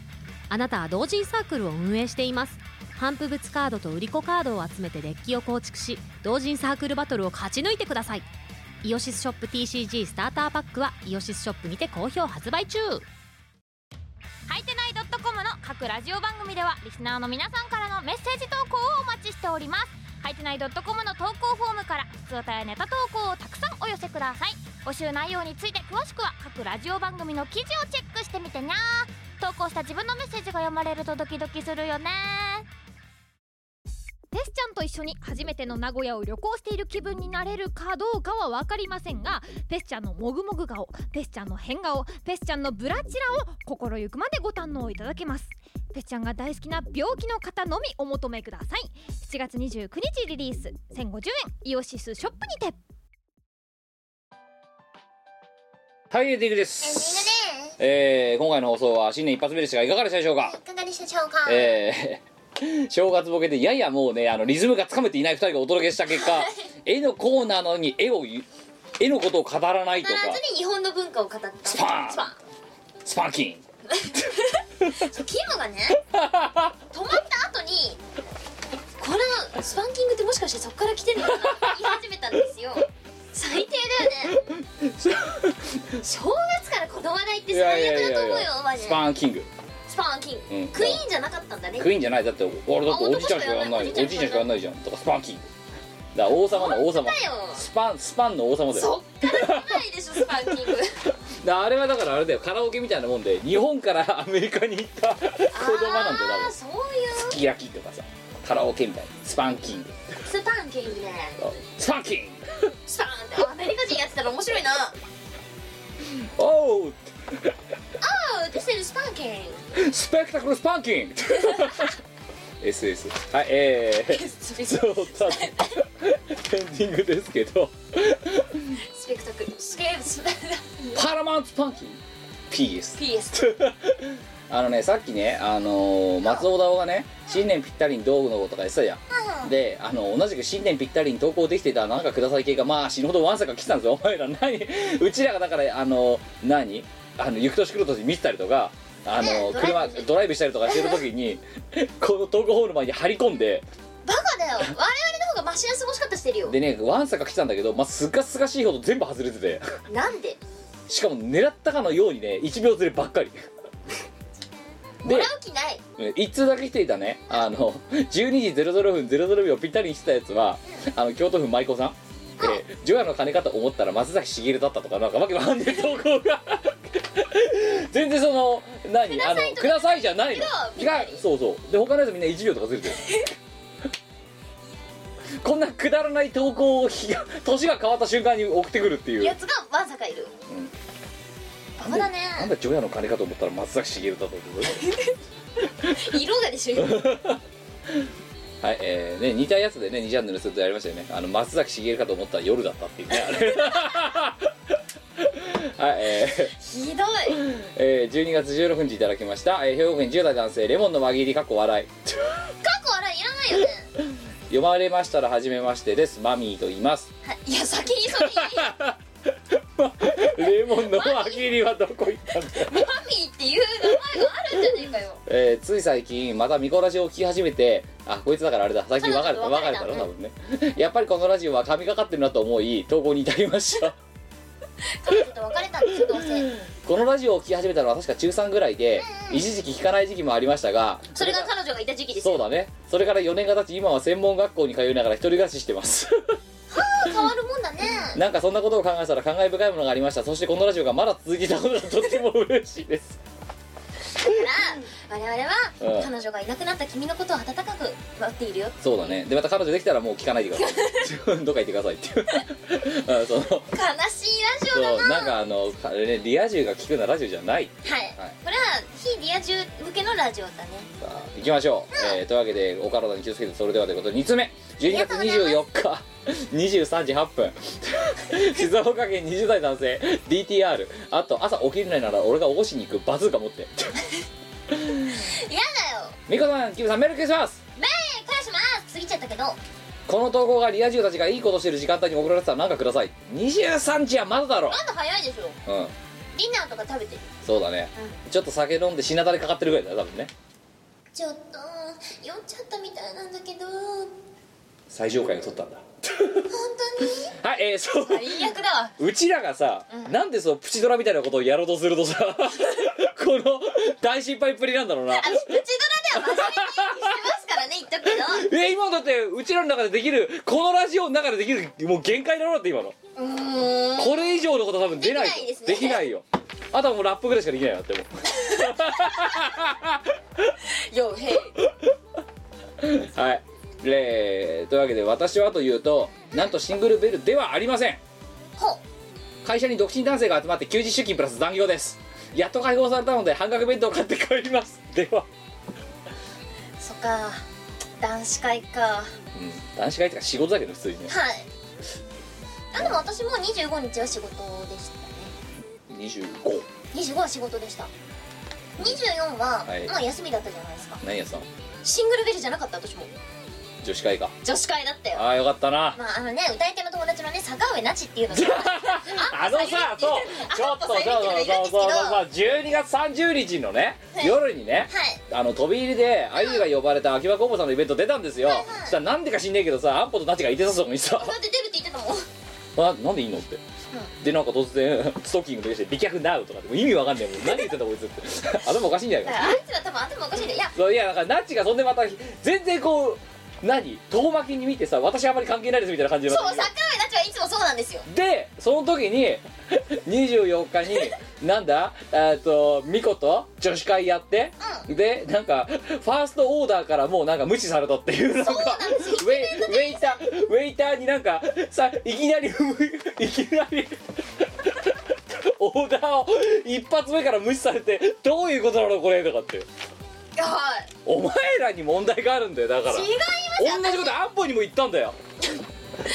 [SPEAKER 4] あなたは同人サークルを運営しています反復物カードと売り子カードを集めてデッキを構築し同人サークルバトルを勝ち抜いてくださいイオシスショップ TCG スターターパックはイオシスショップにて好評発売中
[SPEAKER 7] はいてない .com の各ラジオ番組ではリスナーの皆さんからのメッセージ投稿をお待ちしておりますはいてない .com の投稿フォームから普通歌やネタ投稿をたくさんお寄せください募集内容について詳しくは各ラジオ番組の記事をチェックしてみてにゃー投稿した自分のメッセージが読まれるとドキドキするよね
[SPEAKER 4] テスちゃんと一緒に初めての名古屋を旅行している気分になれるかどうかは分かりませんがペスちゃんのもぐもぐ顔ペスちゃんの変顔ペスちゃんのブラチラを心ゆくまでご堪能いただけますペスちゃんが大好きな病気の方のみお求めください7月29日リリース1050円イオシスショップにて
[SPEAKER 1] はいエンディン
[SPEAKER 2] エ
[SPEAKER 1] グで
[SPEAKER 2] ンディン
[SPEAKER 1] すえー今回の放送は新年一発目でしたがいかがでしたでしょうか
[SPEAKER 2] グでいかがでしたでしょうか、
[SPEAKER 1] えー 正月ボケでややもうねあのリズムがつかめていない2人がお届けした結果絵のコーナーなのに絵をゆ絵のことを語らないとか
[SPEAKER 2] 必ずに日本の文化を語った
[SPEAKER 1] スパーン
[SPEAKER 2] スパン
[SPEAKER 1] スパンキン
[SPEAKER 2] そうキムがね止まった後にこのスパンキングってもしかしてそこから来てるのかなって言い始めたん ですよ最低だよね正月からこの話題って最悪だと思うよマジ
[SPEAKER 1] ス
[SPEAKER 2] で
[SPEAKER 1] パンキング
[SPEAKER 2] スパンキング、
[SPEAKER 1] うん
[SPEAKER 2] クイーンじゃなかったんだね
[SPEAKER 1] クイーンじゃないだって俺だって
[SPEAKER 2] あ
[SPEAKER 1] おじいちゃんしかやんないお
[SPEAKER 2] 男
[SPEAKER 1] じ
[SPEAKER 2] の人しかやんない
[SPEAKER 1] いちゃんしかやんないじゃんとかスパンキングだから王様の王様
[SPEAKER 2] だよ
[SPEAKER 1] スパンスパンの王様だよ
[SPEAKER 2] そっから来ないでしょスパン キング
[SPEAKER 1] だからあれはだからあれだよカラオケみたいなもんで日本からアメリカに行った言葉なんだよ
[SPEAKER 2] あ
[SPEAKER 1] 多
[SPEAKER 2] あ
[SPEAKER 1] 分
[SPEAKER 2] そういう
[SPEAKER 1] すき焼きとかさカラオケみたいなスパンキング
[SPEAKER 2] スパンキングね
[SPEAKER 1] スパンキング
[SPEAKER 2] スパンってアメリカ人やってたら面白いな
[SPEAKER 1] おう
[SPEAKER 2] ああ私たちスパンキング
[SPEAKER 1] スペクタクルスパンキン グ SS はいえーそうた だエンディングですけど
[SPEAKER 2] スペクタクルスケールス
[SPEAKER 1] パラマウントスパンキング PS
[SPEAKER 2] PS
[SPEAKER 1] あのねさっきねあのー松尾田尾がね新年ぴったりに道具のことか言ってたじゃんであの同じく新年ぴったりに投稿できてたなんかください系がまあ死ぬほどわんさか来てたんですよ お前ら何うちらがだからあの何あの行く年来る年見てたりとかあ
[SPEAKER 2] ね
[SPEAKER 1] の
[SPEAKER 2] ドラ
[SPEAKER 1] 車
[SPEAKER 2] イブ
[SPEAKER 1] ドライブしたりとかしてる時にこの投稿ホール前に張り込んで
[SPEAKER 2] バカだよ我々の方がマシな過ごし方してるよ
[SPEAKER 1] でねわんさか来たんだけどまあすがすがしいほど全部外れてて
[SPEAKER 2] なんで
[SPEAKER 1] しかも狙ったかのようにね1秒ずればっかり
[SPEAKER 2] もらう気ない
[SPEAKER 1] 一通だけ来ていたねあの12時00分00秒ぴったりにしてたやつはあの京都府舞妓さんえー除夜の鐘かと思ったら松崎しげるだったとかなんかわけわかんない投稿が全然その何あの「ください」じゃないの
[SPEAKER 2] けど
[SPEAKER 1] 違うそうそうで他のやつみんな1秒とかずれて るこんなくだらない投稿を日が年が変わった瞬間に送ってくるっていう
[SPEAKER 2] やつがわんさかいる
[SPEAKER 1] ん
[SPEAKER 2] バカだ
[SPEAKER 1] なん
[SPEAKER 2] ね
[SPEAKER 1] だ除夜の鐘かと思ったら松崎しげるだったと 思う
[SPEAKER 2] 色がでしょ
[SPEAKER 1] はい、えーね、似たやつでね、2チャンネルずっとやりましたよね。あの、松崎しげるかと思ったら夜だったっていうね、あれ。 はいえー
[SPEAKER 2] ひどい
[SPEAKER 1] えー、12月16日いただきました、えー兵庫県10代男性レモンの輪切りかっこ笑い
[SPEAKER 2] 過去笑いいらないよね
[SPEAKER 1] 読まれましたら初めましてですマミーと言います
[SPEAKER 2] はいいや先にそれ言えよ
[SPEAKER 1] レモンの輪切りはどこ行ったんだよ、
[SPEAKER 2] マミーっていう名前があるんじゃねえかよ
[SPEAKER 1] えーつい最近またミコラジオを聞き始めてあこいつだからあれだ最近別れ
[SPEAKER 2] 彼
[SPEAKER 1] た
[SPEAKER 2] 女と
[SPEAKER 1] 別
[SPEAKER 2] 別
[SPEAKER 1] れ
[SPEAKER 2] れた
[SPEAKER 1] たの多分ねやっぱりこのラジオは神がかってるなと思い投稿に至りました
[SPEAKER 2] 彼女と別れたんですよどうせ
[SPEAKER 1] このラジオを聞き始めたのは確か中3ぐらいで一時期聞かない時期もありましたが
[SPEAKER 2] それが彼女がいた時期です
[SPEAKER 1] そう
[SPEAKER 2] よ
[SPEAKER 1] だねそれから4年が経ち今は専門学校に通いながら一人暮らししてます
[SPEAKER 2] 変わるもんだね
[SPEAKER 1] なんかそんなことを考えたら感慨深いものがありましたそしてこのラジオがまだ続きたことがとっても嬉しいです
[SPEAKER 2] だから我々は彼女がいなくなった君のことを温かく待っているよ
[SPEAKER 1] そうだねでまた彼女できたらもう聞かないで くださいどっか行ってくださいっていうあそのそ
[SPEAKER 2] 悲しいラジオだ
[SPEAKER 1] う
[SPEAKER 2] な
[SPEAKER 1] なんかあのあれねリア充が聞くようなラジオじゃない
[SPEAKER 2] はい、
[SPEAKER 1] はい
[SPEAKER 2] これは非リア充向けのラジオだね
[SPEAKER 1] さあ行きましょう、えーというわけでお体に気をつけてそれではということで2つ目12月24日23時8分 静岡県20代男性 DTR あと朝起きれないなら俺が起こしに行くバズーカ持って
[SPEAKER 2] 嫌だよ
[SPEAKER 1] みこさんキムさんメール消します
[SPEAKER 2] えー返します過ぎちゃったけど
[SPEAKER 1] この投稿がリア充たちがいいことしてる時間帯に送られてたらなんかください23時はまだだろ
[SPEAKER 2] まだ早いでしょ
[SPEAKER 1] うん
[SPEAKER 2] ディナーとか食べてる
[SPEAKER 1] そうだね、ちょっと酒飲んでしなだれかかってるぐらいだよ多分ね
[SPEAKER 2] ちょっと酔っちゃったみたいなんだけど本
[SPEAKER 1] 最上階を取ったんだ
[SPEAKER 2] 当に
[SPEAKER 1] はいえー、そう
[SPEAKER 2] 最悪だわ
[SPEAKER 1] うちらがさ、なんでそのプチドラみたいなことをやろうとするとさ この大失敗っぷりなんだろうな
[SPEAKER 2] あプチドラでは真面目にしてますからね言っとくけ
[SPEAKER 1] え今だってうちらの中でできるこのラジオの中でできるもう限界だろうって今の
[SPEAKER 2] どうーん
[SPEAKER 1] これ以上のこと多分出ない
[SPEAKER 2] できないですね
[SPEAKER 1] きないよあとはもうラップぐらいしかできないなってもう
[SPEAKER 2] よへい
[SPEAKER 1] はい、えーというわけで私はというとなんとシングルベルではありません
[SPEAKER 2] ほ
[SPEAKER 1] 会社に独身男性が集まって休日出勤プラス残業ですやっと解放されたので半額弁当を買って帰りますでは、
[SPEAKER 2] そっか男子会かは
[SPEAKER 1] うん、男子会とか仕事だけど普通にね
[SPEAKER 2] いあでも私も25日は仕事でしたね
[SPEAKER 1] 25
[SPEAKER 2] 25は仕事でした24は、
[SPEAKER 1] はい
[SPEAKER 2] まあ休みだったじゃないですか
[SPEAKER 1] 何やさん
[SPEAKER 2] シングルベルじゃなかった私も
[SPEAKER 1] 女子会か
[SPEAKER 2] 女子会だったよ
[SPEAKER 1] ああよかったな
[SPEAKER 2] まああのね歌い手の友達のね坂上なちっていうのが
[SPEAKER 1] あのさそうちょっとそうそうそうそうそう12月30日のね
[SPEAKER 2] はい
[SPEAKER 1] 夜にね
[SPEAKER 2] はい
[SPEAKER 1] あの飛び入りでアイユが呼ばれた秋葉工房さんのイベント出たんですよそしたらなんでか知んねえけどさあんぽとなちがいてたそこにさ
[SPEAKER 2] こうやって出るって言ってたもん
[SPEAKER 1] あなんでいいのって、でなんか突然ストッキングでして美脚なうとかってもう意味わかんないもん何言ってんだこいつって 頭おかしいんじゃな
[SPEAKER 2] だ
[SPEAKER 1] い
[SPEAKER 2] か
[SPEAKER 1] から
[SPEAKER 2] あいつら多分頭おかしいんだよいや
[SPEAKER 1] そういやだからナッチがそんでまた全然こう何遠巻きに見てさ私あまり関係ないですみたいな感じで
[SPEAKER 2] そう坂上なちはいつもそうなんですよ
[SPEAKER 1] でその時に 24日になんだえっとミコと女子会やって、でなんかファーストオーダーからもうなんか無視されたっていうなんか
[SPEAKER 2] なんですよ
[SPEAKER 1] ウェイウェイターウェイターになんかさいきなり いきなりオーダーを一発目から無視されてどういうことなのこれとかって
[SPEAKER 2] はい
[SPEAKER 1] お前らに問題があるんだよだから
[SPEAKER 2] 違いますよ
[SPEAKER 1] 同じことアンポにも言ったんだよ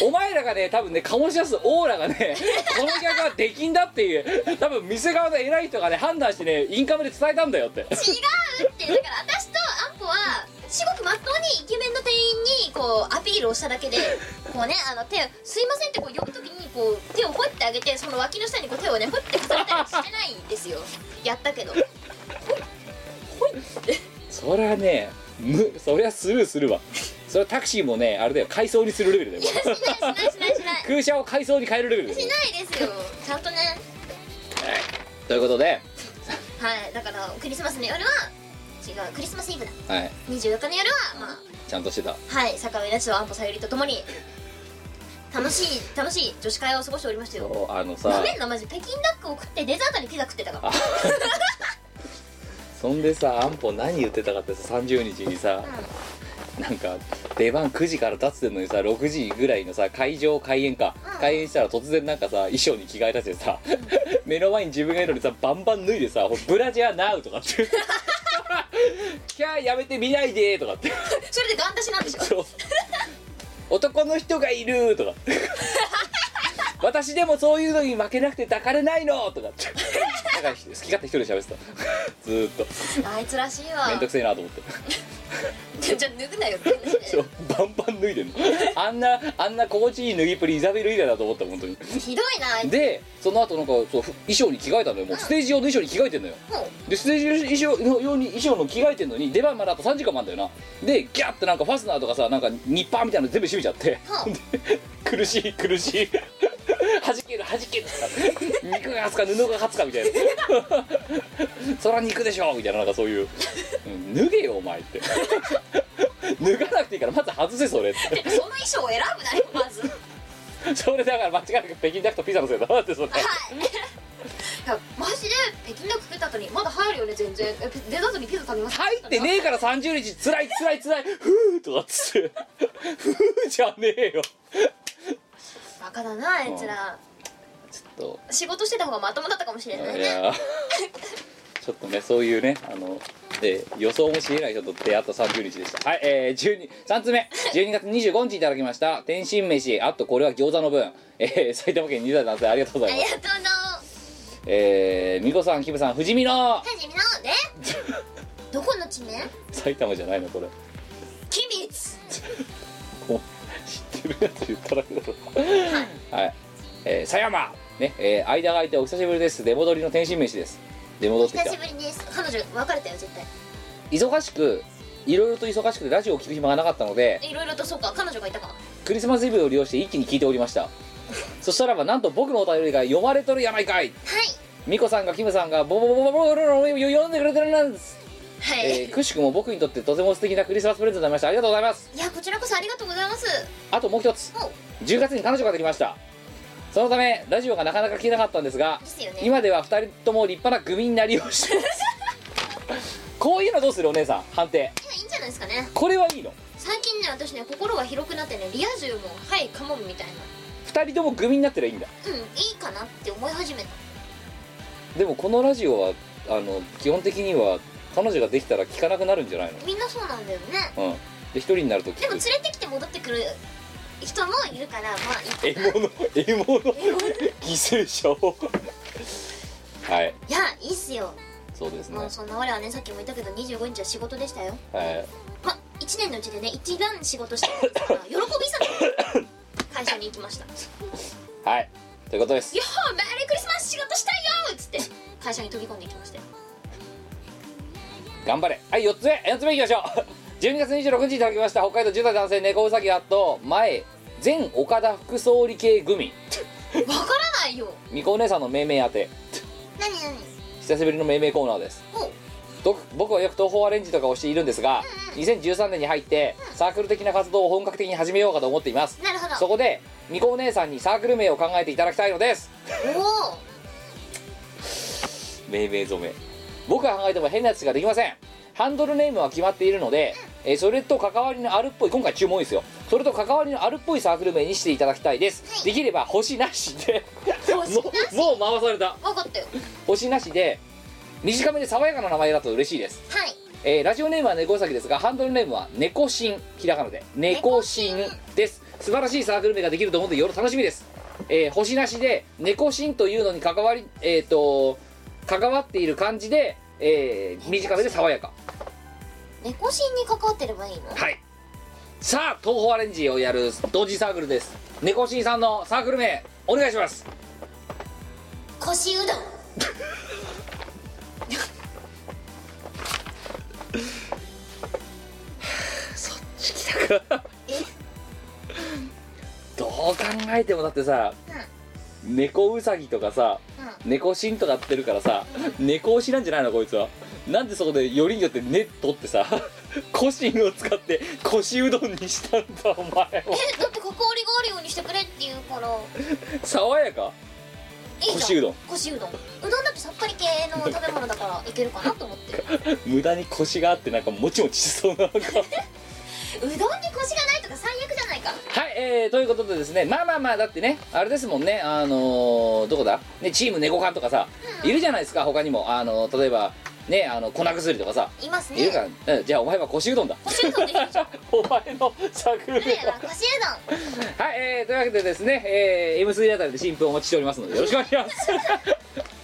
[SPEAKER 1] お前らがね多分ね醸し出すオーラがねこの客はできんだっていう多分店側の偉い人がね判断してねインカムで伝えたんだよって
[SPEAKER 2] 違うってだから私とアンポは至極まっとうにイケメンの店員にこうアピールをしただけで こうねあの手を「すいません」ってこう呼ぶ時にこう手をほってあげてその脇の下にこう手をねほって重ねたりしてないんですよやったけど
[SPEAKER 1] そりゃねむそりゃスルーするわそれはタクシーもねあれだよ改装にするレベル だよ
[SPEAKER 2] いやしないしないしないしない
[SPEAKER 1] 空車を改装に変えるレベルだよ
[SPEAKER 2] しないですよちゃんとね
[SPEAKER 1] ということで、
[SPEAKER 2] はいだからクリスマスの夜は違うクリスマスイブだ
[SPEAKER 1] はい、
[SPEAKER 2] 24日の夜はまあ
[SPEAKER 1] ちゃんとしてた
[SPEAKER 2] はい坂上なちとアンポさゆりとともに楽しい楽しい女子会を過ごしておりましたよ
[SPEAKER 1] あのさ
[SPEAKER 2] なめんなマジ北京ダックを食ってデザートにピザ食ってたから
[SPEAKER 1] あそんでさアンポ何言ってたかってさ30日にさ、なんか出番9時から立つってんのにさ6時ぐらいのさ会場開演か、開演したら突然なんかさ衣装に着替えたしてさ、目の前に自分がいるのにさバンバン脱いでさ「ほらブラジャーナウ」とかって「キャーやめて見ないで」とかって
[SPEAKER 2] それで ガン出しなんでしょ
[SPEAKER 1] そう男の人がいるとか私私でもそういうのに負けなくて抱かれないのとかってなんか好き勝手一人で喋ってたずーっと
[SPEAKER 2] あいつらしいわ
[SPEAKER 1] めんどくせえなと思って
[SPEAKER 2] じゃあ脱ぐなよって話だ
[SPEAKER 1] そ
[SPEAKER 2] よ
[SPEAKER 1] うバンバン脱いでんの あんなあんな心地いい脱ぎっぷりイザベル以来だと思った本当に
[SPEAKER 2] ひどいなあいつ
[SPEAKER 1] でその後なんかそうふ衣装に着替えたのよもうステージ用の衣装に着替えてんのよ
[SPEAKER 2] も
[SPEAKER 1] でステージ衣装のように衣装の着替えてんのに出番まであと3時間もあんだよなでギャッてなんかファスナーとかさなんかニッパーみたいなの全部閉めちゃって、
[SPEAKER 2] は
[SPEAKER 1] で苦しい苦しいはじけるはじける肉が勝つか布が勝つかみたいなそら肉でしょみたいななんかそういう、うん脱げよお前って脱がなくていいからまず外せそれって
[SPEAKER 2] うその衣装を選ぶな よまずはい
[SPEAKER 1] それだから間違いなく北京ダックとピザのせいだなってそれ
[SPEAKER 2] いやマジで北京ダック食った後にまだ入るよね全然えデザートにピザ食べます
[SPEAKER 1] 入ってねえから30日つらいつらいつらいふうとかっつってふうじゃねえよ
[SPEAKER 2] バカだなあいつら
[SPEAKER 1] ちょ
[SPEAKER 2] 仕事してた方がまともだったかもしれ
[SPEAKER 1] っ
[SPEAKER 2] な
[SPEAKER 1] と
[SPEAKER 2] い
[SPEAKER 1] い
[SPEAKER 2] ね
[SPEAKER 1] やーちょっとねそういうねあのえー予想もしれない人と出会った30日でしたはいえー、123つ目12月25日いただきました天津飯あとこれは餃子の分えー、埼玉県2代男性ありがとうご
[SPEAKER 2] あ
[SPEAKER 1] ざい
[SPEAKER 2] り
[SPEAKER 1] ま
[SPEAKER 2] が
[SPEAKER 1] す
[SPEAKER 2] とうの
[SPEAKER 1] えー、みこさんきむさん藤見の
[SPEAKER 2] はじめので どこの地名
[SPEAKER 1] 埼玉じゃないのこれ
[SPEAKER 2] 君立
[SPEAKER 1] 知ってるやつ言っただけだろはいえー、狭山ねえー、間が空いてお久しぶりです出戻りの天津飯です出戻ってきた
[SPEAKER 2] 久しぶりです彼女別れたよ絶対
[SPEAKER 1] 忙しくいろいろと忙しくてラジオを聞く暇がなかったので
[SPEAKER 2] いろいろとそうか彼女がいたか
[SPEAKER 1] クリスマスイブを利用して一気に聞いておりましたそしたらばなんと僕のお便りが読まれとるやないかい
[SPEAKER 2] は
[SPEAKER 1] ミコさんがキムさんがボボボボボボボボ読んでくれてるなんです、
[SPEAKER 2] いはい、
[SPEAKER 1] えー、くしくも僕にとってとても素敵なクリスマスプレゼントになりましたありがとうございます
[SPEAKER 2] いやこちらこそありがとうございます
[SPEAKER 1] あともう一つ
[SPEAKER 2] もう
[SPEAKER 1] 10月に彼女ができましたそのためラジオがなかなか聞けなかったんですが
[SPEAKER 2] ですよね
[SPEAKER 1] 今では2人とも立派な組になりをしてます こういうのどうするお姉さん判定
[SPEAKER 2] いやいいんじゃないですかね
[SPEAKER 1] これはいいの
[SPEAKER 2] 最近ね私ね心が広くなってねリア充もはいカモンみたいな
[SPEAKER 1] 2人とも組になってりゃいいんだ
[SPEAKER 2] うんいいかなって思い始めた
[SPEAKER 1] でもこのラジオはあの基本的には彼女ができたら聞かなくなるんじゃない
[SPEAKER 2] みんなそうなんだよね
[SPEAKER 1] のうんで一人になると
[SPEAKER 2] で
[SPEAKER 1] 聞
[SPEAKER 2] も連
[SPEAKER 1] く
[SPEAKER 2] れてきて戻ってくる人もいるからまあいい
[SPEAKER 1] 獲物獲物犠牲者をはい
[SPEAKER 2] いやいいっすよ
[SPEAKER 1] そうですね
[SPEAKER 2] もうそんな我はねさっきも言ったけど25日は仕事でしたよ
[SPEAKER 1] はい
[SPEAKER 2] まあ1年のうちでね一番仕事してるんです から喜びさで会社に行きました「よ
[SPEAKER 1] はいということです
[SPEAKER 2] ーメリークリスマス仕事したいよ!」っつって会社に飛び込んでいきましたよ
[SPEAKER 1] 頑張れはい4つ目4つ目いきましょう 12月26日いただきました北海道10代男性猫うさぎあと前前岡田副総理系組
[SPEAKER 2] わからないよ
[SPEAKER 1] みこお姉さんの命名当て
[SPEAKER 2] 何何
[SPEAKER 1] 久しぶりの命名コーナーです
[SPEAKER 2] おう
[SPEAKER 1] 僕僕はよく東宝アレンジとかをしているんですが2013年に入ってサークル的な活動を本格的に始めようかと思っています
[SPEAKER 2] なるほ
[SPEAKER 1] そ
[SPEAKER 2] ど
[SPEAKER 1] こでみこお姉さんにサークル名を考えていただきたいのです
[SPEAKER 2] おお
[SPEAKER 1] 命名染め僕が考えても変なやつしかできませんハンドルネームは決まっているので、えーそれと関わりのあるっぽい今回注文ですよそれと関わりのあるっぽいサークル名にしていただきたいです、できれば星なしでもうもう回された
[SPEAKER 2] 分かったよ
[SPEAKER 1] 星なしで短めで爽やかな名前だと嬉しいです、
[SPEAKER 2] はい
[SPEAKER 1] えーラジオネームは猫うさぎですがハンドルネームは猫しんひらがなで猫しんです素晴らしいサークル名ができると思うので夜楽しみです、えー星なしで猫しんというのに関わりえっ、と関わっている感じで、えー短めで爽やか
[SPEAKER 2] 猫心に関わってればいいの
[SPEAKER 1] はいさあ東宝アレンジをやる同時サークルです猫しんさんのサークル名お願いします
[SPEAKER 2] 腰うどん
[SPEAKER 1] どう考えてもだってさ、猫うさぎとかさ、猫しんとかやってるからさ猫推しなんじゃないのこいつはなんでそこでよりによって「ね」取ってさ 「コシンを使って腰うどんにしたんだお前は
[SPEAKER 2] えだって関わりがあるようにしてくれって言うから
[SPEAKER 1] 爽やか
[SPEAKER 2] いいじゃん
[SPEAKER 1] 腰うどん
[SPEAKER 2] 腰うどんうどんだってさっぱり系の食べ物だからいけるかなと思 って
[SPEAKER 1] 無駄に腰があってなんかもちもちしそうななんか
[SPEAKER 2] うどんに腰がないとか最悪じゃないか
[SPEAKER 1] はいえー、ということでですねまあまあまあだってねあれですもんねあのーどこだ、ね、チーム猫缶とかさいるじゃないですか他にもあのー例えばねあの粉薬とかさ
[SPEAKER 2] いますね
[SPEAKER 1] いるから、うん、じゃあお前は腰うどんだ
[SPEAKER 2] 腰うどんでいいでしょ
[SPEAKER 1] お前の策略
[SPEAKER 2] 我々は腰うどん
[SPEAKER 1] はい、えー、というわけでですね、えー、M3 あたりで新聞をお待ちしておりますのでよろしくお願いします。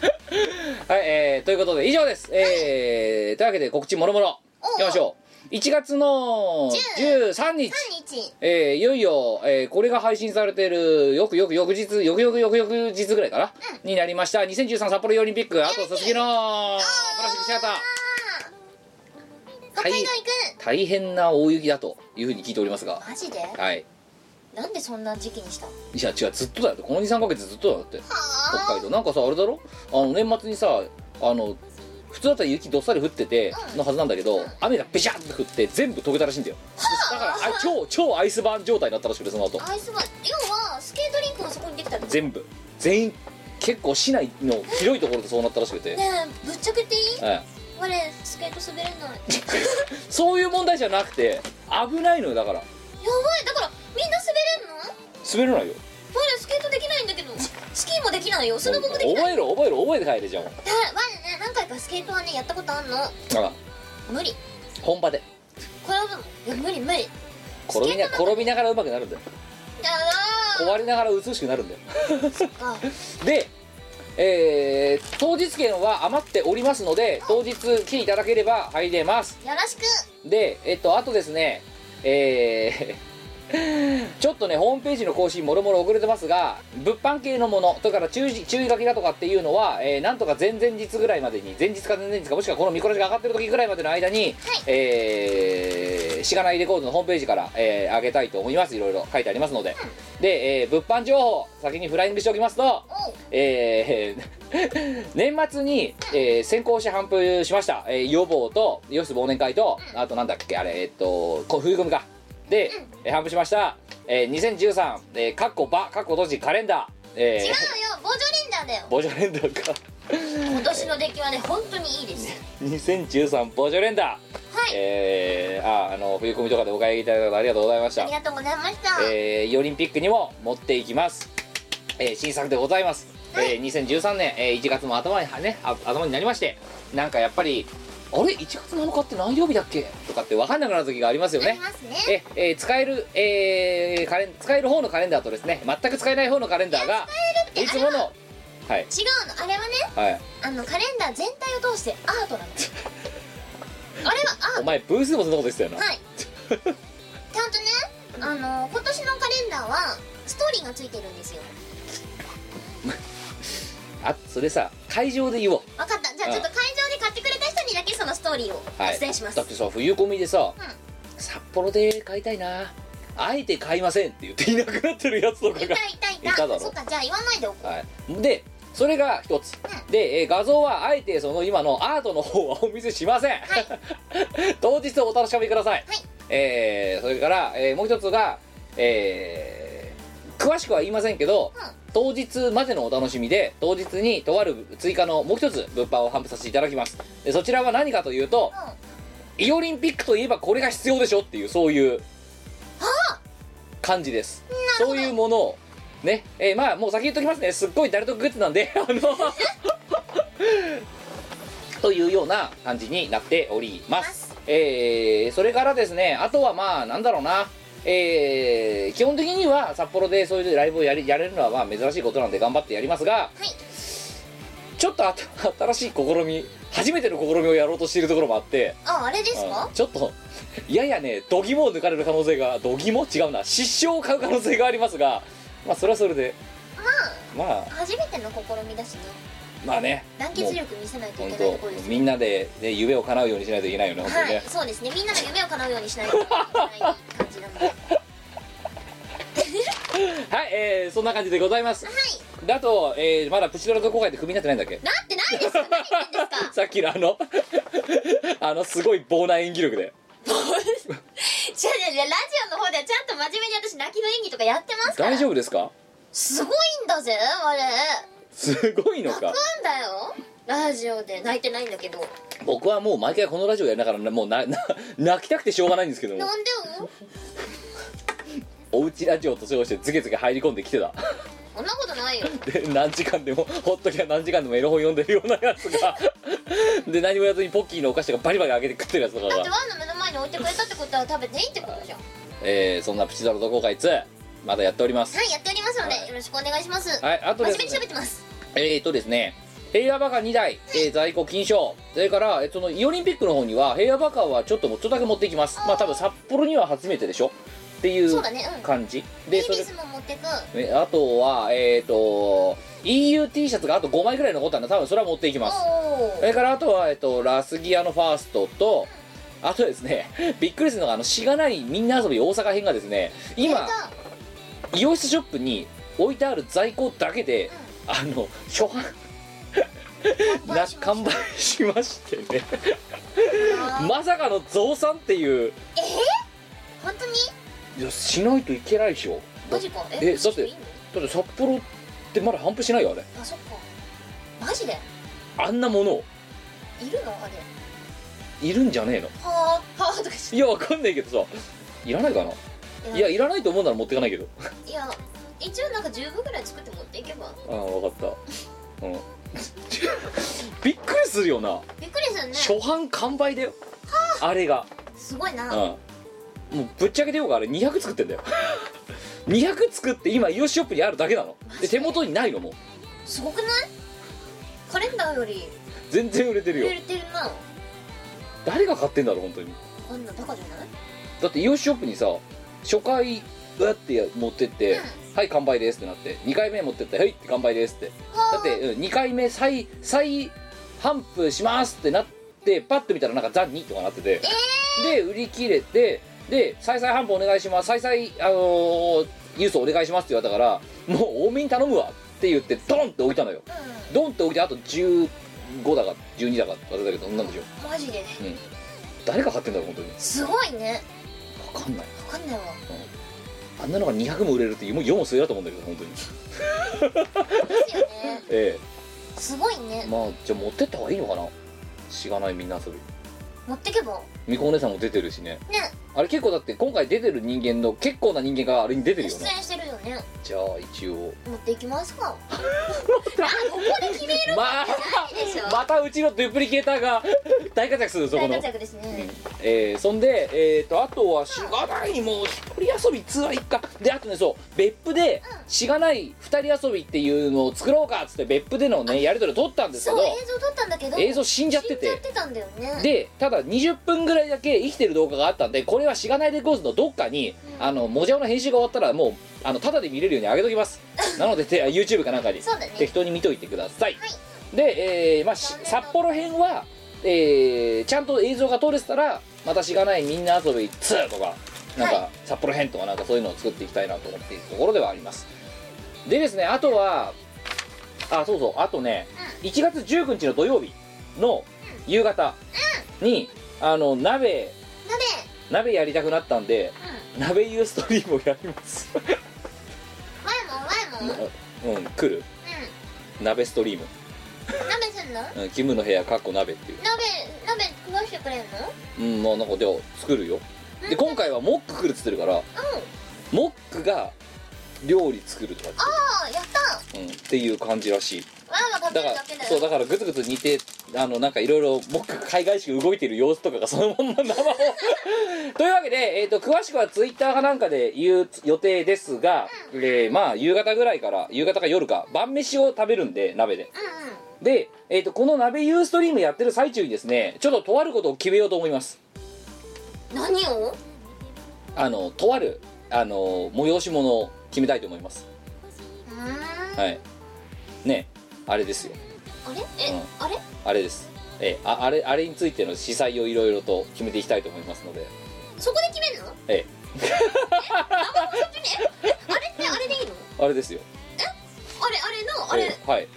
[SPEAKER 1] はい、えー、ということで以上です。えー、というわけで告知もろもろ
[SPEAKER 2] おう
[SPEAKER 1] いきましょう。1月の13日、
[SPEAKER 2] 3日
[SPEAKER 1] えー、いよいよ、えー、これが配信されているよくよく翌日よくよくよくよく日ぐらいかな、になりました2013札幌オリンピックあと佐々木のプラスチックシアター
[SPEAKER 2] 北海道行く
[SPEAKER 1] 大変な大雪だというふうに聞いておりますが
[SPEAKER 2] マジで
[SPEAKER 1] はい
[SPEAKER 2] なんでそんな時期にした
[SPEAKER 1] いや違うずっとだよこの23か月ずっとだよだって北
[SPEAKER 2] は
[SPEAKER 1] 海道なんかさあれだろあの年末にさあの普通だったら雪どっさり降っててのはずなんだけど雨がべしゃって降って全部溶けたらしいんだよだからあ超超アイスバーン状態になったらしくてその後
[SPEAKER 2] あアイスバーン要はスケートリンクもそこにできたってこと
[SPEAKER 1] 全部全員結構市内の広いところでそうなったらしくて、
[SPEAKER 2] ねえぶっちゃけていい
[SPEAKER 1] ええ
[SPEAKER 2] 我スケート滑れないやばい
[SPEAKER 1] そういう問題じゃなくて危ないのよだから
[SPEAKER 2] だからみんな滑れんの
[SPEAKER 1] 滑らないよ
[SPEAKER 2] 我スケートできないんだけどスキーもできないよスノボもできない
[SPEAKER 1] 覚えろ覚えろ覚えて帰れじゃん
[SPEAKER 2] だから我ね何回かスケートはねやったことあんの
[SPEAKER 1] あ
[SPEAKER 2] 無理
[SPEAKER 1] 本場で
[SPEAKER 2] 転ぶもんいや無理無理
[SPEAKER 1] 転びな転びながら上手くなるんだよ
[SPEAKER 2] だ
[SPEAKER 1] 壊れながら美しくなるんだよ
[SPEAKER 2] から
[SPEAKER 1] で、えー当日券は余っておりますので当日来ていただければ入れます
[SPEAKER 2] よろしく
[SPEAKER 1] でえっとあとですねえー ちょっとねホームページの更新もろもろ遅れてますが物販系のものそれから注意注意書きだとかっていうのは、えーなんとか前々日ぐらいまでに前日か前々日かもしくはこの見殺しが上がってる時ぐらいまでの間に、えーしがないレコードのホームページから、えー上げたいと思いますいろいろ書いてありますので、で、えー物販情報先にフライングしておきますと、
[SPEAKER 2] おう
[SPEAKER 1] えー 年末に、えー先行して頒布しました、えー、予防とよし忘年会と、あとなんだっけあれえっとこ冬組かで、えー頒布しました、えー2013、えー、かっこばかっこ閉じカレンダー、え
[SPEAKER 2] 違うよ
[SPEAKER 1] ー、
[SPEAKER 2] ボジョレンダーだよ
[SPEAKER 1] ボジョレンダーか
[SPEAKER 2] 今年の出来はね本当にいいです
[SPEAKER 1] 2013ボジョレンダー、
[SPEAKER 2] はい
[SPEAKER 1] えーああの冬組とかでお買い上げいただいてありがとうございまし
[SPEAKER 2] あ
[SPEAKER 1] た
[SPEAKER 2] りがとうございました
[SPEAKER 1] えーオリンピックにも持っていきます、えー新作でございます、えー2013年、えー1月も頭に,、ね、あ頭になりましてなんかやっぱりあれ1月7日って何曜日だっけとかって分かんなくなる時がありますよ
[SPEAKER 2] あり
[SPEAKER 1] ね
[SPEAKER 2] ますね
[SPEAKER 1] ええー使える、えーカレン使える方のカレンダーとですね全く使えない方のカレンダーがいつものはい
[SPEAKER 2] 違うのあれはね
[SPEAKER 1] はい
[SPEAKER 2] あのカレンダー全体を通してアー トなのあれはアー
[SPEAKER 1] お前ブースでもそんなこと言ってたよな、
[SPEAKER 2] トはいちゃんとねあの今年のカレンダーはストーリーがついてるんですよ
[SPEAKER 1] あそれさ会場で言おう
[SPEAKER 2] 分かったじゃあちょっと会場で買ってくれた人にだけそのストーリーをお
[SPEAKER 1] はい
[SPEAKER 2] 伝えします、
[SPEAKER 1] だってさ冬込みでさ、
[SPEAKER 2] ん
[SPEAKER 1] 札幌で買いたいなあえて買いませんって言っていなくなってるやつとか
[SPEAKER 2] い
[SPEAKER 1] が
[SPEAKER 2] たいたいた
[SPEAKER 1] いただろ
[SPEAKER 2] そっかじゃあ言わないでおこう
[SPEAKER 1] はい、でそれが一つ、で、えー画像はあえてその今のアートの方はお見せしません、 当日お楽しみください、えーそれから、えーもう一つが、えー詳しくは言いませんけど、当日までのお楽しみで当日にとある追加のもう一つ物販を販布させていただきますでそちらは何かというと、イオリンピックといえばこれが必要でしょっていうそういう感じですそういうものをねえーまあもう先言っときますねすっごい誰とグッズなんであの というような感じになっておりますえーそれからですねあとはまあなんだろうなえー基本的には札幌でそういうライブをやりやれるのはまあ珍しいことなんで頑張ってやりますが、ちょっとあた新しい試み初めての試みをやろうとしているところもあって、
[SPEAKER 2] ああれですか
[SPEAKER 1] うんちょっとややね度肝を抜かれる可能性が度肝違うな失笑を買う可能性がありますがまあそれはそれでまあ
[SPEAKER 2] 初めての試みだしね
[SPEAKER 1] まあね
[SPEAKER 2] 団
[SPEAKER 1] も
[SPEAKER 2] 結
[SPEAKER 1] う
[SPEAKER 2] 力見せないとい
[SPEAKER 1] 本
[SPEAKER 2] けないところです
[SPEAKER 1] 当
[SPEAKER 2] よ
[SPEAKER 1] みんなで、ね、夢を叶うようにしないといけないよね本当に
[SPEAKER 2] はい
[SPEAKER 1] ね、
[SPEAKER 2] そうですねみんなの夢を叶うようにしないといけない感じな のではい
[SPEAKER 1] はい、えーそんな感じでございますだと、えーまだプチドラ同好会で組になってないんだっけ
[SPEAKER 2] なってないですよ何言ってんですか
[SPEAKER 1] さっきのあの あのすごい棒な演技力で
[SPEAKER 2] じゃあねラジオの方ではちゃんと真面目に私泣きの演技とかやってますから
[SPEAKER 1] 大丈夫ですか
[SPEAKER 2] すごいんだぜ我
[SPEAKER 1] すごいの
[SPEAKER 2] な
[SPEAKER 1] か
[SPEAKER 2] んだよラジオで泣いてないんだけど
[SPEAKER 1] 僕はもう毎回このラジオやりながらもうなな泣きたくてしょうがないんですけども
[SPEAKER 2] なんでよ
[SPEAKER 1] おうちラジオと称してズケズケ入り込んできてた
[SPEAKER 2] そんなことないよ
[SPEAKER 1] で何時間でもほっときゃ何時間でもエロ本読んでるようなやつが で何もやらずにポッキーのお菓子とかバリバリ開けて食ってるやつとか
[SPEAKER 2] だっ
[SPEAKER 1] が
[SPEAKER 2] て、ワンの目の前に置いてくれたってことは食べていいってことじゃん
[SPEAKER 1] えー、そんなプチドラ同好会2まだやっております
[SPEAKER 2] はいやっておりますのでよろしくお願いします
[SPEAKER 1] はいあと
[SPEAKER 2] 真
[SPEAKER 1] で
[SPEAKER 2] 面
[SPEAKER 1] す
[SPEAKER 2] 目に喋ってます
[SPEAKER 1] えー、とですね平野バカ2台、えー在庫金賞それから、えーそのイオリンピックの方には平野バカはちょっともうちょっとだけ持ってきますまあ多分札幌には初めてでしょってい
[SPEAKER 2] そううだねうん
[SPEAKER 1] 感じ
[SPEAKER 2] ベイ
[SPEAKER 1] でそ
[SPEAKER 2] ビ
[SPEAKER 1] れ
[SPEAKER 2] スも持ってく
[SPEAKER 1] えあとはえっ、と EUT シャツがあと5枚ぐらい残ったんで多分それは持っていきます
[SPEAKER 2] お
[SPEAKER 1] そ
[SPEAKER 2] ー
[SPEAKER 1] れからあとは、えっと、ラスギアのファーストとあとですね びっくりするのがあのしがないみんな遊び大阪編がですね
[SPEAKER 2] や
[SPEAKER 1] 今
[SPEAKER 2] った
[SPEAKER 1] イオシスショップに置いてある在庫だけで、あの初版な完売しましてねまさかの増産っていう
[SPEAKER 2] 本当に
[SPEAKER 1] いやしないといけないでしょ
[SPEAKER 2] マ
[SPEAKER 1] だっ
[SPEAKER 2] ジか
[SPEAKER 1] えだって
[SPEAKER 2] いいの
[SPEAKER 1] だって札幌ってまだ半分しないよあれ
[SPEAKER 2] あそっかマジで
[SPEAKER 1] あんなものを
[SPEAKER 2] いるのあれ
[SPEAKER 1] いるんじゃねえの
[SPEAKER 2] はあはあとかし
[SPEAKER 1] いやわかんないけどさいらないかな
[SPEAKER 2] て
[SPEAKER 1] いやいらないと思うなら持ってかないけど
[SPEAKER 2] いや一応なんか十分ぐらい作って持っていけば
[SPEAKER 1] ああ分かったうん びっくりするよな
[SPEAKER 2] びっくりするね
[SPEAKER 1] 初版完売だよあれが
[SPEAKER 2] すごいな
[SPEAKER 1] うんもうぶっちゃけてようかあれ200作ってんだよ 200作って今イオシショップにあるだけなので手元にないのもう
[SPEAKER 2] すごくないカレンダーより
[SPEAKER 1] 全然売れてる
[SPEAKER 2] 売
[SPEAKER 1] よ
[SPEAKER 2] れてるな
[SPEAKER 1] 誰が買ってんだろう本当に
[SPEAKER 2] あんなバカじゃない
[SPEAKER 1] だってイオシショップにさ初回うわってや持ってって、はい完売ですってなって2回目持ってってはい完売ですってだって、うん、2回目再再販布しますってなってパッと見たらなんか「ザ・ニ」とかなってて、で売り切れてで再々販布お願いします再々あのー郵送お願いしますって言われたからもう多めに頼むわって言ってドンって置いたのよドンって置いてあと15だか12だか忘れたけどなんでしょう
[SPEAKER 2] マジで
[SPEAKER 1] 誰が買ってんだろう本当に
[SPEAKER 2] すごいね
[SPEAKER 1] わかんない
[SPEAKER 2] わかんないわ
[SPEAKER 1] あんなのが200も売れるっていうもう世も末だと思うんだけど本当に
[SPEAKER 2] ですよね
[SPEAKER 1] え
[SPEAKER 2] すごい
[SPEAKER 1] え
[SPEAKER 2] ね
[SPEAKER 1] まあじゃあ持ってった方がいいのかなしがないみんな遊び
[SPEAKER 2] 持ってけば
[SPEAKER 1] みこお姉さんも出てるしね
[SPEAKER 2] ね
[SPEAKER 1] あれ結構だって今回出てる人間の結構な人間があれに出て
[SPEAKER 2] 出
[SPEAKER 1] る
[SPEAKER 2] 演
[SPEAKER 1] よね
[SPEAKER 2] してるよね
[SPEAKER 1] じゃあ一応
[SPEAKER 2] 持っていきます かあここで決める
[SPEAKER 1] まあ
[SPEAKER 2] いでしょ
[SPEAKER 1] またうちのデュプリケーターが 大活躍するそこ
[SPEAKER 2] 大
[SPEAKER 1] の
[SPEAKER 2] 活、躍ですね
[SPEAKER 1] えー、そんで、えー、とあとはしがないもう一人遊びツアー一かであとねそう別府でしがない二人遊びっていうのを作ろうかっつって別府でのねやり取りを撮ったんですけ
[SPEAKER 2] そう
[SPEAKER 1] ど
[SPEAKER 2] 映像撮ったんだけど
[SPEAKER 1] 映像死んじゃってて
[SPEAKER 2] 死んじゃってたんだよね
[SPEAKER 1] でただ20分ぐらいだけ生きてる動画があったんでこれはしがないレコーズのどっかに、あのモジャオの編集が終わったらもうあのタダで見れるように上げときますなのでて YouTube かなんかに
[SPEAKER 2] そうだね
[SPEAKER 1] 適当に見といてください、で、えーまあ、し札幌編は、えーちゃんと映像が撮れてたらまたしがないみんな遊び2とかなんか、
[SPEAKER 2] は
[SPEAKER 1] 札幌編とかなんかそういうのを作っていきたいなと思っているところではありますでですねあとはあそうそうあとね、1月19日の土曜日の夕方に、あの鍋
[SPEAKER 2] 鍋
[SPEAKER 1] 鍋やりたくなったんで、鍋ユーストリームをやります
[SPEAKER 2] 前も前も
[SPEAKER 1] うん来る
[SPEAKER 2] う
[SPEAKER 1] 鍋ストリーム、
[SPEAKER 2] ん鍋すんの
[SPEAKER 1] うん、キムの部屋かっこ鍋っていう
[SPEAKER 2] 鍋鍋食わしてくれんの
[SPEAKER 1] うんまあなんかでは作るよで今回はモック来るっつってるから、モックが料理作るとかっ
[SPEAKER 2] ああやった
[SPEAKER 1] て,、うん、っていう感じらしい
[SPEAKER 2] わーわー食べ
[SPEAKER 1] だ
[SPEAKER 2] るだ
[SPEAKER 1] か
[SPEAKER 2] け
[SPEAKER 1] ら
[SPEAKER 2] だ
[SPEAKER 1] そう
[SPEAKER 2] よ
[SPEAKER 1] だからグツグツ煮てあのなんかいろいろモックが海外式動いてる様子とかがそのまんま生を というわけで、えー、と詳しくはツイッターかなんかで言う予定ですが、えーまあ夕方ぐらいから夕方か夜か晩飯を食べるんで鍋で
[SPEAKER 2] うんうん
[SPEAKER 1] で、えー、とこの鍋ユーストリームやってる最中にですねちょっととあることを決めようと思います
[SPEAKER 2] 何を
[SPEAKER 1] あのとあるあの催し物を決めたいと思います
[SPEAKER 2] うーんあ
[SPEAKER 1] はいねあれですよ
[SPEAKER 2] れえ、
[SPEAKER 1] うん
[SPEAKER 2] あれ
[SPEAKER 1] あれですええああれあれについての司祭をいろいろと決めていきたいと思いますので
[SPEAKER 2] そこで決めんの
[SPEAKER 1] え
[SPEAKER 2] あれってあれでいいの
[SPEAKER 1] えあれですよ
[SPEAKER 2] あれあれのあ
[SPEAKER 1] え
[SPEAKER 2] れ
[SPEAKER 1] えはい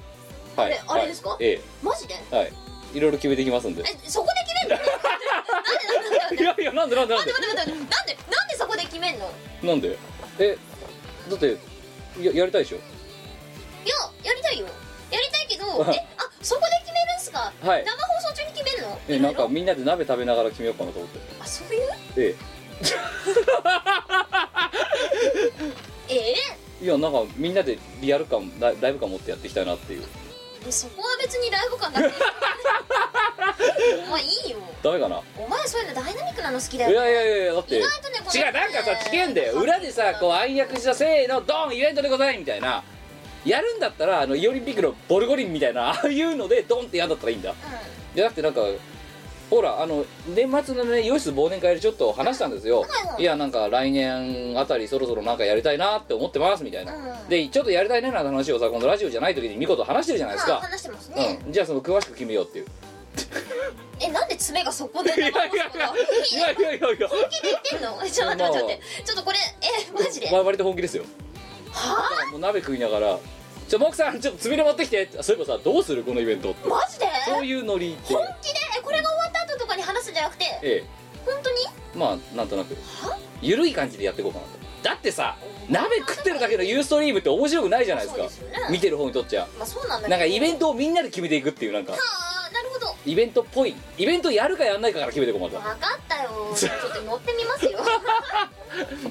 [SPEAKER 2] あ
[SPEAKER 1] はい
[SPEAKER 2] れあれですか
[SPEAKER 1] はい、え
[SPEAKER 2] マジで
[SPEAKER 1] えはいいろいろ決めていきますんで
[SPEAKER 2] えそこで決め んのなん
[SPEAKER 1] い
[SPEAKER 2] で
[SPEAKER 1] やいやなんでなんでなんで
[SPEAKER 2] なんでなんでなんでなんでなんでそこで決めんのいや
[SPEAKER 1] なんでえだってややりたいでしょ
[SPEAKER 2] やりたいよやりたいけどえあそこで決めるんすか、
[SPEAKER 1] はい
[SPEAKER 2] 生放送中に決めるの
[SPEAKER 1] ええなんかみんなで鍋食べながら決めようかなと思って
[SPEAKER 2] あそういう
[SPEAKER 1] え
[SPEAKER 2] え
[SPEAKER 1] えいやなんかみんなでリアル感ライライブ感持ってやっていきたいなっていう
[SPEAKER 2] ー、そこは別にライブ感なくていいもういいよ
[SPEAKER 1] ダメかな
[SPEAKER 2] お前そういうのダイナミックなの好きだ
[SPEAKER 1] い
[SPEAKER 2] よ
[SPEAKER 1] やいやいやいやだって
[SPEAKER 2] 意外とねこれ
[SPEAKER 1] 違うなんかさ違えんだよ裏でさこう暗躍したせーのドンイベントでございみたいなやるんだったらあのイオリンピックのボルゴリンみたいなあ あいうのでドンってやんだったらいいんだ
[SPEAKER 2] う
[SPEAKER 1] いやだってなんかほらあの年末のねヨシス忘年会でちょっと話したんですよ、
[SPEAKER 2] はいはい
[SPEAKER 1] いやなんか来年あたりそろそろなんかやりたいなって思ってますみたいな、
[SPEAKER 2] うん
[SPEAKER 1] でちょっとやりたいねなんて話をさこのラジオじゃない時にミコと話してるじゃない
[SPEAKER 2] ん
[SPEAKER 1] です
[SPEAKER 2] まあ
[SPEAKER 1] か、
[SPEAKER 2] 話してますね
[SPEAKER 1] うん、じゃあその詳しく決めようっていう
[SPEAKER 2] えなんで爪がそこで
[SPEAKER 1] いやい
[SPEAKER 2] 生
[SPEAKER 1] やい
[SPEAKER 2] 放送なのえ
[SPEAKER 1] やいやいやいやいや
[SPEAKER 2] 本気で言ってんの えちょっと待って待って待ってちょっとこれえマジで
[SPEAKER 1] まあ割と本気ですよ
[SPEAKER 2] はあ
[SPEAKER 1] もう鍋食いながら「ちょモクさんちょっとつみれ持ってきて」ってそういえばさどうするこのイベントって
[SPEAKER 2] マジで
[SPEAKER 1] そういうノリっていう
[SPEAKER 2] 本気でえこれが終わった後とかに話すんじゃなくて
[SPEAKER 1] え
[SPEAKER 2] 本当に
[SPEAKER 1] えまあなんとなくゆるい感じでやっていこうかなとだってさ鍋食ってるだけのユーストリームって面白くないじゃないですか
[SPEAKER 2] そうですよね
[SPEAKER 1] 見てる方にとっちゃ
[SPEAKER 2] まあそうなんだけど
[SPEAKER 1] なんかイベントをみんなで決めていくっていうなんか
[SPEAKER 2] はあなるほど
[SPEAKER 1] イベントっぽいイベントやるかやんないかから決めていこう
[SPEAKER 2] 分
[SPEAKER 1] また
[SPEAKER 2] かった よちょっと乗ってみますよ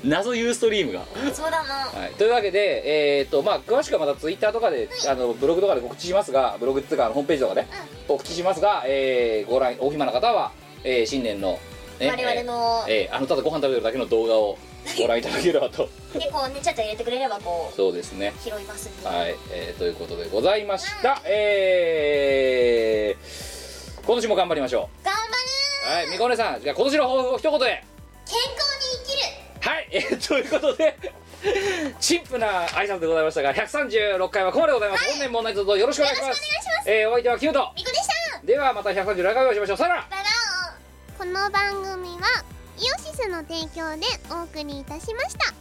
[SPEAKER 1] 謎ユーストリームが
[SPEAKER 2] そうだな
[SPEAKER 1] はい、というわけで、えーとまあ、詳しくはまたツイッターとかで、あのブログとかで告知しますがブログっていうかあのホームページとかで告知しますが、えーご覧お暇な方は、えー新年の、ね
[SPEAKER 2] 我々の
[SPEAKER 1] えーえーあのただご飯食べてるだけの動画をご覧いただければと
[SPEAKER 2] でこうねちゃっちゃ入れてくれればこ
[SPEAKER 1] そうですね
[SPEAKER 2] う拾いますんで
[SPEAKER 1] はい、えーということでございました、えー今年も頑張りましょ
[SPEAKER 2] 頑張る
[SPEAKER 1] うはいみこねさんじゃあ今年の抱負を一言で
[SPEAKER 2] 健康に生きる
[SPEAKER 1] はい、えーということで、陳腐な挨拶でございましたが、136回はここまでございます。本年も同じことよろしくお願いします。えーお相手はキュート。
[SPEAKER 2] みこでした
[SPEAKER 1] ではまた137回お会いしましょう。さよなら
[SPEAKER 2] バラーン
[SPEAKER 3] この番組はイオシスの提供でお送りいたしました